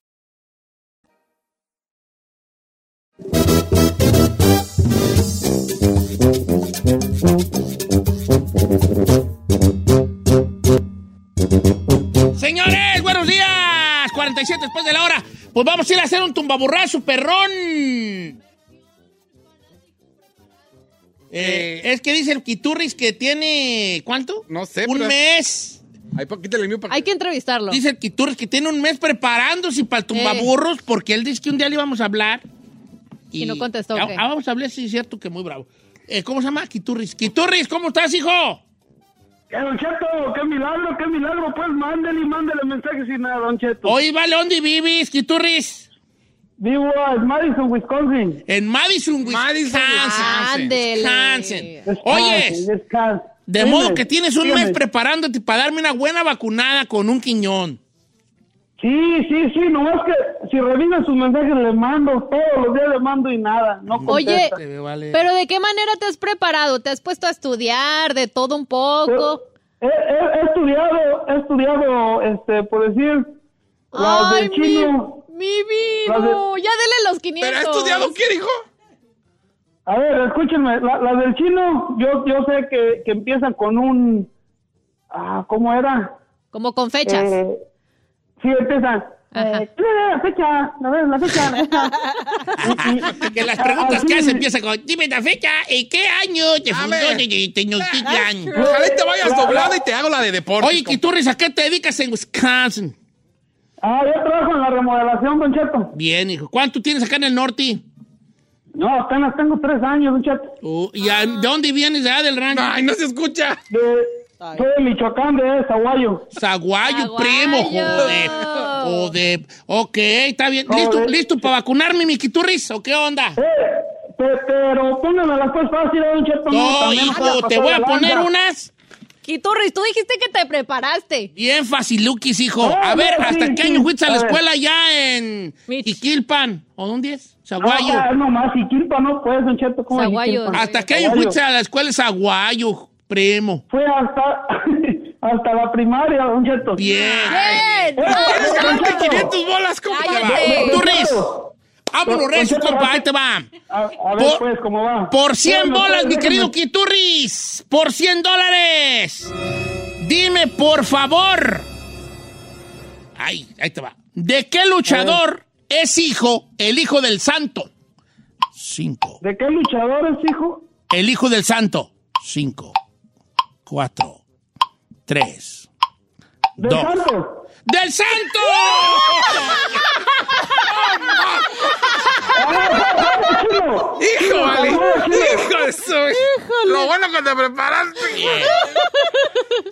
Señores, buenos días. 47 después de la hora. Pues vamos a ir a hacer un tumbaburrazo, perrón. Eh, es que dice el Quiturris que tiene. ¿Cuánto?
No sé, pues,
Un
pero-
mes.
Ahí, pa- quítale el mío para
Hay que entrevistarlo.
Dice el Quiturris que tiene un mes preparándose para el tumbaburros porque él dice que un día le íbamos a hablar.
Y no contestó,
Ah,
¿qué?
ah, vamos a hablar, sí, es cierto que muy bravo. Eh, ¿Cómo se llama? Quiturris. Quiturris, ¿cómo estás, hijo?
¡Eh, Don Cheto! ¡Qué milagro, qué milagro! Pues mándele y mándele mensajes y nada, Don Cheto.
Hoy vale, ¿dónde vivís, Quiturris?
Vivo en Madison, Wisconsin.
En Madison, Wisconsin.
Pues,
pues, Wisconsin. Oye, de modo que tienes un mes preparándote para darme una buena vacunada con un quiñón.
Sí, sí, sí, nomás que si revisan sus mensajes le mando, todos los días le mando y nada, no
Oye,
contesta.
pero ¿de qué manera te has preparado? ¿Te has puesto a estudiar de todo un poco?
He, he- he estudiado, he estudiado, este, por decir, las
¡Ay,
del chino.
mi, mi vino!
Las
Ya dele los 500.
¿Pero ha estudiado
qué, dijo?
A ver, escúchenme, la, la del chino, yo, yo sé que, que empieza con un, ah, ¿cómo era?
Como con fechas.
Eh, sí, empiezan. Eh, ¿Cuál era la fecha? A ver, la fecha. esta.
que las preguntas
Así
que hace
es.
empiezan con, dime la fecha, ¿en qué año te fundó Te- (laughs) Tenochtitlan?
That's true. Ojalá y te vayas doblada y te hago
la de deporte.
Oye, Quiturris, ¿a qué te dedicas en Wisconsin?
Ah, yo trabajo en la remodelación, Don Cheto.
Bien, hijo. ¿Cuánto tienes acá en el norte?
No, apenas tengo tres años, Don Cheto.
Oh, ¿Y a- de dónde vienes? ¿De allá del rancho? Ay, no se escucha.
Soy de Michoacán, de Zaguayo.
Zaguayo, primo, joder. Joder. Ok, está bien. ¿Listo, listo para vacunarme, mi Quiturris? ¿O qué onda?
Pe- Pero pónganme las cosas fáciles, Don Cheto.
No,
también
hijo,
para
te
pasar
voy a
de
poner
lanza.
unas.
Quiturris, tú dijiste que te preparaste.
Bien faciluquis, hijo.
No,
a ver,
no,
¿hasta
sí,
qué
sí,
año fuiste Oh, a la
a ver.
escuela ya en Iquilpan? ¿O dónde es? Zaguayo.
No, no más, y Quilpa no puedes, Don Cheto. ¿cómo Quilpa?
¿Hasta qué año
Zaguayo.
fuiste a la escuela en Zaguayo, primo?
Fue hasta, (laughs) hasta la primaria, Don Cheto.
Bien.
¡Bien!
¡Quieres ganarte 500 bolas,
Cállate.
compa! ¡Tú, Riz! ¡Vámonos,
Don
recio,
Cheto,
compa!
Rafa.
¡Ahí te va!
A, a ver,
Por-
pues, ¿cómo va? pues,
Por 100
Déjame,
bolas, mi
déjame.
querido Quiturris. Por 100 dólares. Dime, por favor. Ay, ahí te va. ¿De qué luchador es hijo el hijo del santo? Cinco.
¿De qué luchador es hijo?
El hijo del santo. Cinco. Cuatro. Tres.
¿Del
Dos.
santo?
¡Del
(laughs)
santo!
¡Hijo, vale! ¡Hijo de su! Lo bueno que te preparaste.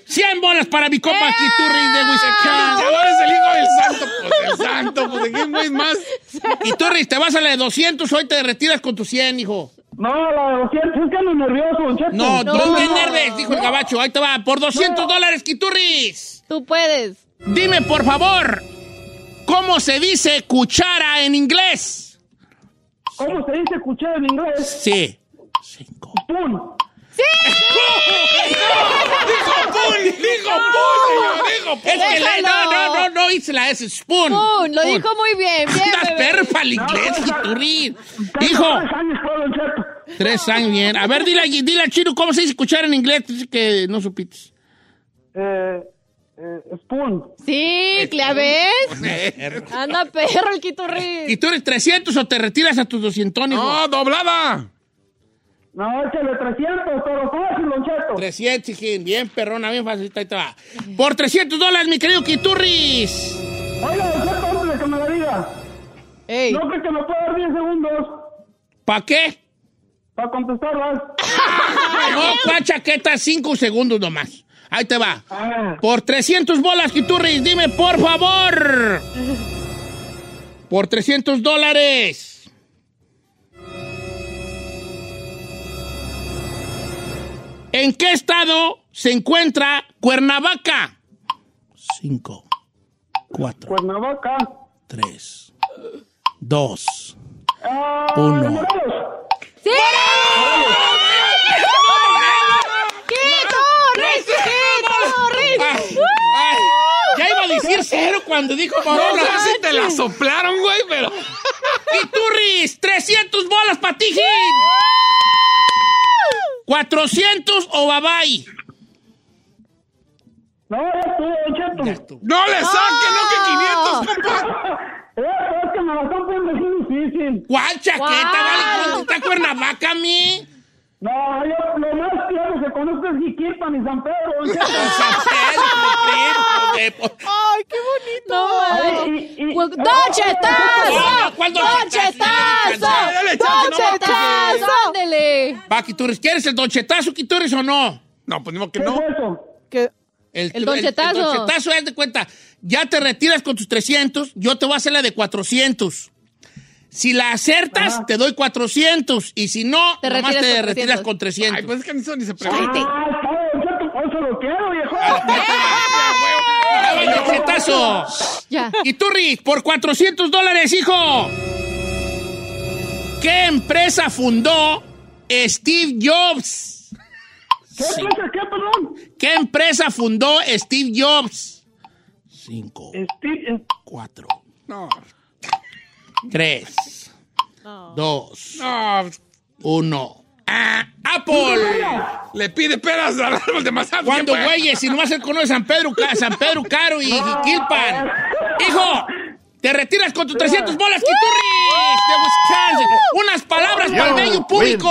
100 bolas para mi compa Quiturris de Wisconsin.
Luchador es el hijo del santo. Pues del santo, pues de quién güey más.
Quiturris, te vas a la de 200, hoy te retiras con tus 100, hijo.
No, la de 200, es que ando nervioso, Don Cheto.
No, no, te enerves, dijo el gabacho. Ahí te va, por 200 dólares, Quiturris.
Tú puedes.
Dime, por favor, ¿cómo se dice cuchara en inglés?
¿Cómo se dice cuchara en inglés?
Sí.
Pun.
¡Dijo pun! ¡Dijo pun, señor! ¡Dijo pun! Es que le- no, no, no, no hice la S, spoon.
Pum, lo dijo muy bien. Bien,
Estás
bebé.
perro para el inglés, Quiturris. Hijo,
Tres años, fue, Don Cheto.
tres años, bien. A ver, dile, a- dile al chino cómo se dice cuchara en inglés, dice que no supiste.
Eh, eh, Spoon.
Sí, ¿la ves?
(laughs)
Anda perro el Quiturris.
¿Y (laughs) tú eres 300 o te retiras a tus 200?
No,
doblada.
No, échale 300, pero fácil, Don Cheto.
300, hijín. Bien perrona, bien facilita. Ahí te va. Por 300 dólares, mi querido Quiturris.
Oiga, Don Cheto, antes de que me la diga. No creo que me pueda dar 10 segundos
¿Para qué?
para contestarlas.
No, cuál chaqueta, 5 segundos nomás. Ahí te va. Por 300 bolas, Quiturris, dime, por favor. Por 300 dólares. ¿En qué estado se encuentra Cuernavaca? Cinco. Cuatro.
Pues Cuernavaca.
Tres. Dos.
Ah,
Uno.
Morelos.
¡Sí! ¡Quiturris! ¡Quiturris!
Ay, ya iba a decir cero cuando dijo
No,
Morona.
sé si te la soplaron, güey, pero.
¡Piturris! ¡300 bolas para ti, Gil! ¡400 o babay!
No, ya estuvo, Don Cheto.
¡No le saquen, no que 500,
Eh, es que me la están poniendo así difícil.
¿Cuál chaqueta,
Guau.
vale? ¿Dónde está Cuernavaca, mi?
No, yo lo más claro que conozco es Jiquilpan y San Pedro. Don Cheto.
¡Ay, qué bonito!
No,
Ay, y- y-
¡Don Chetazo!
No, ¿cuál Don
¡Don
Chetazo? Dale,
Chetazo! ¡Don
chance, no mates.
Chetazo! ¡Ándele!
Va, Quiturris, ¿quieres el donchetazo, Quiturris, o no?
No, pues que no.
El,
El donchetazo.
El, donchetazo, haz de cuenta. Ya te retiras con tus 300, yo te voy a hacer la de 400. Si la acertas, te doy 400. Y si no,
Te
nomás
retiras
te
con
retiras con 300. Ay,
pues es que ni son ni se
Ah, está bien, yo tu- yo se lo quiero, viejo.
¡Ay, Don Chetazo! Y tú, Rick, por 400 dólares, hijo. ¿Qué empresa fundó Steve Jobs? ¿Qué empresa,
qué, perdón?
¿Qué empresa fundó Steve Jobs? Cinco.
Steve,
Cuatro.
No.
Tres. Dos.
No.
Uno. Ah, ¡Apple!
Le pide peras al árbol de mazapán.
Cuando
siempre.
güeyes, si nomás él conoce San Pedro, Ca- San Pedro Caro y Jiquilpan. Hijo, te retiras con tus 300 bolas, Kiturris, de Wisconsin. Unas palabras para el medio público.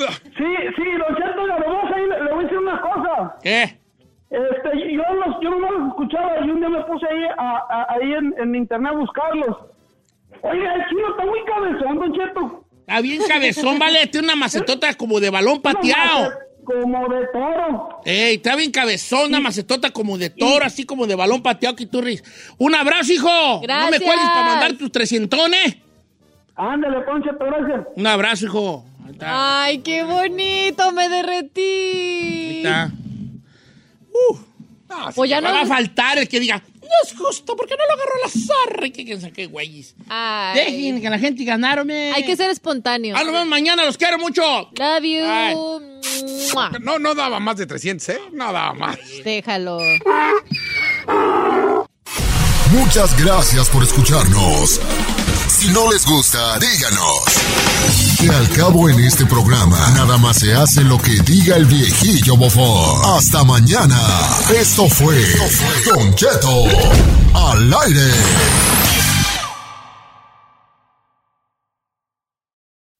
Sí, sí, Don Cheto, le voy a decir, le voy a decir una cosa.
¿Qué?
Este, yo los, yo no los escuchaba y un día me puse ahí, a- a- ahí en, en internet a buscarlos. Oiga, el chino está muy cabezón, Don Cheto.
Está bien cabezón, vale, tiene una macetota como de balón pateado.
Como de toro.
Ey, está bien cabezón, una macetota como de toro, así como de balón pateado, Kiturris. Un abrazo, hijo. No me
Gracias.
cuelgues para mandar tus 300,
Ándale, Don Cheto, gracias.
Un abrazo, hijo.
Ay, qué bonito, me derretí.
Está.
Uh. No,
Pues ya no va a
nos-
faltar el que diga, no es justo, ¿por qué no lo agarró la zarra? Y que quién sabe qué güeyes.
Ay.
Dejen que la gente ganarme.
Hay que ser espontáneo.
Ah, nos vemos mañana, los quiero mucho.
Love you.
Ay.
Mua.
No, no daba más de 300, ¿eh? No daba más.
Déjalo.
Muchas gracias por escucharnos. Si no les gusta, díganos. Que al cabo en este programa, nada más se hace lo que diga el viejillo bofón. Hasta mañana. Esto fue Don Cheto al aire.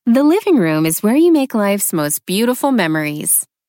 The living room is where you make life's most beautiful memories.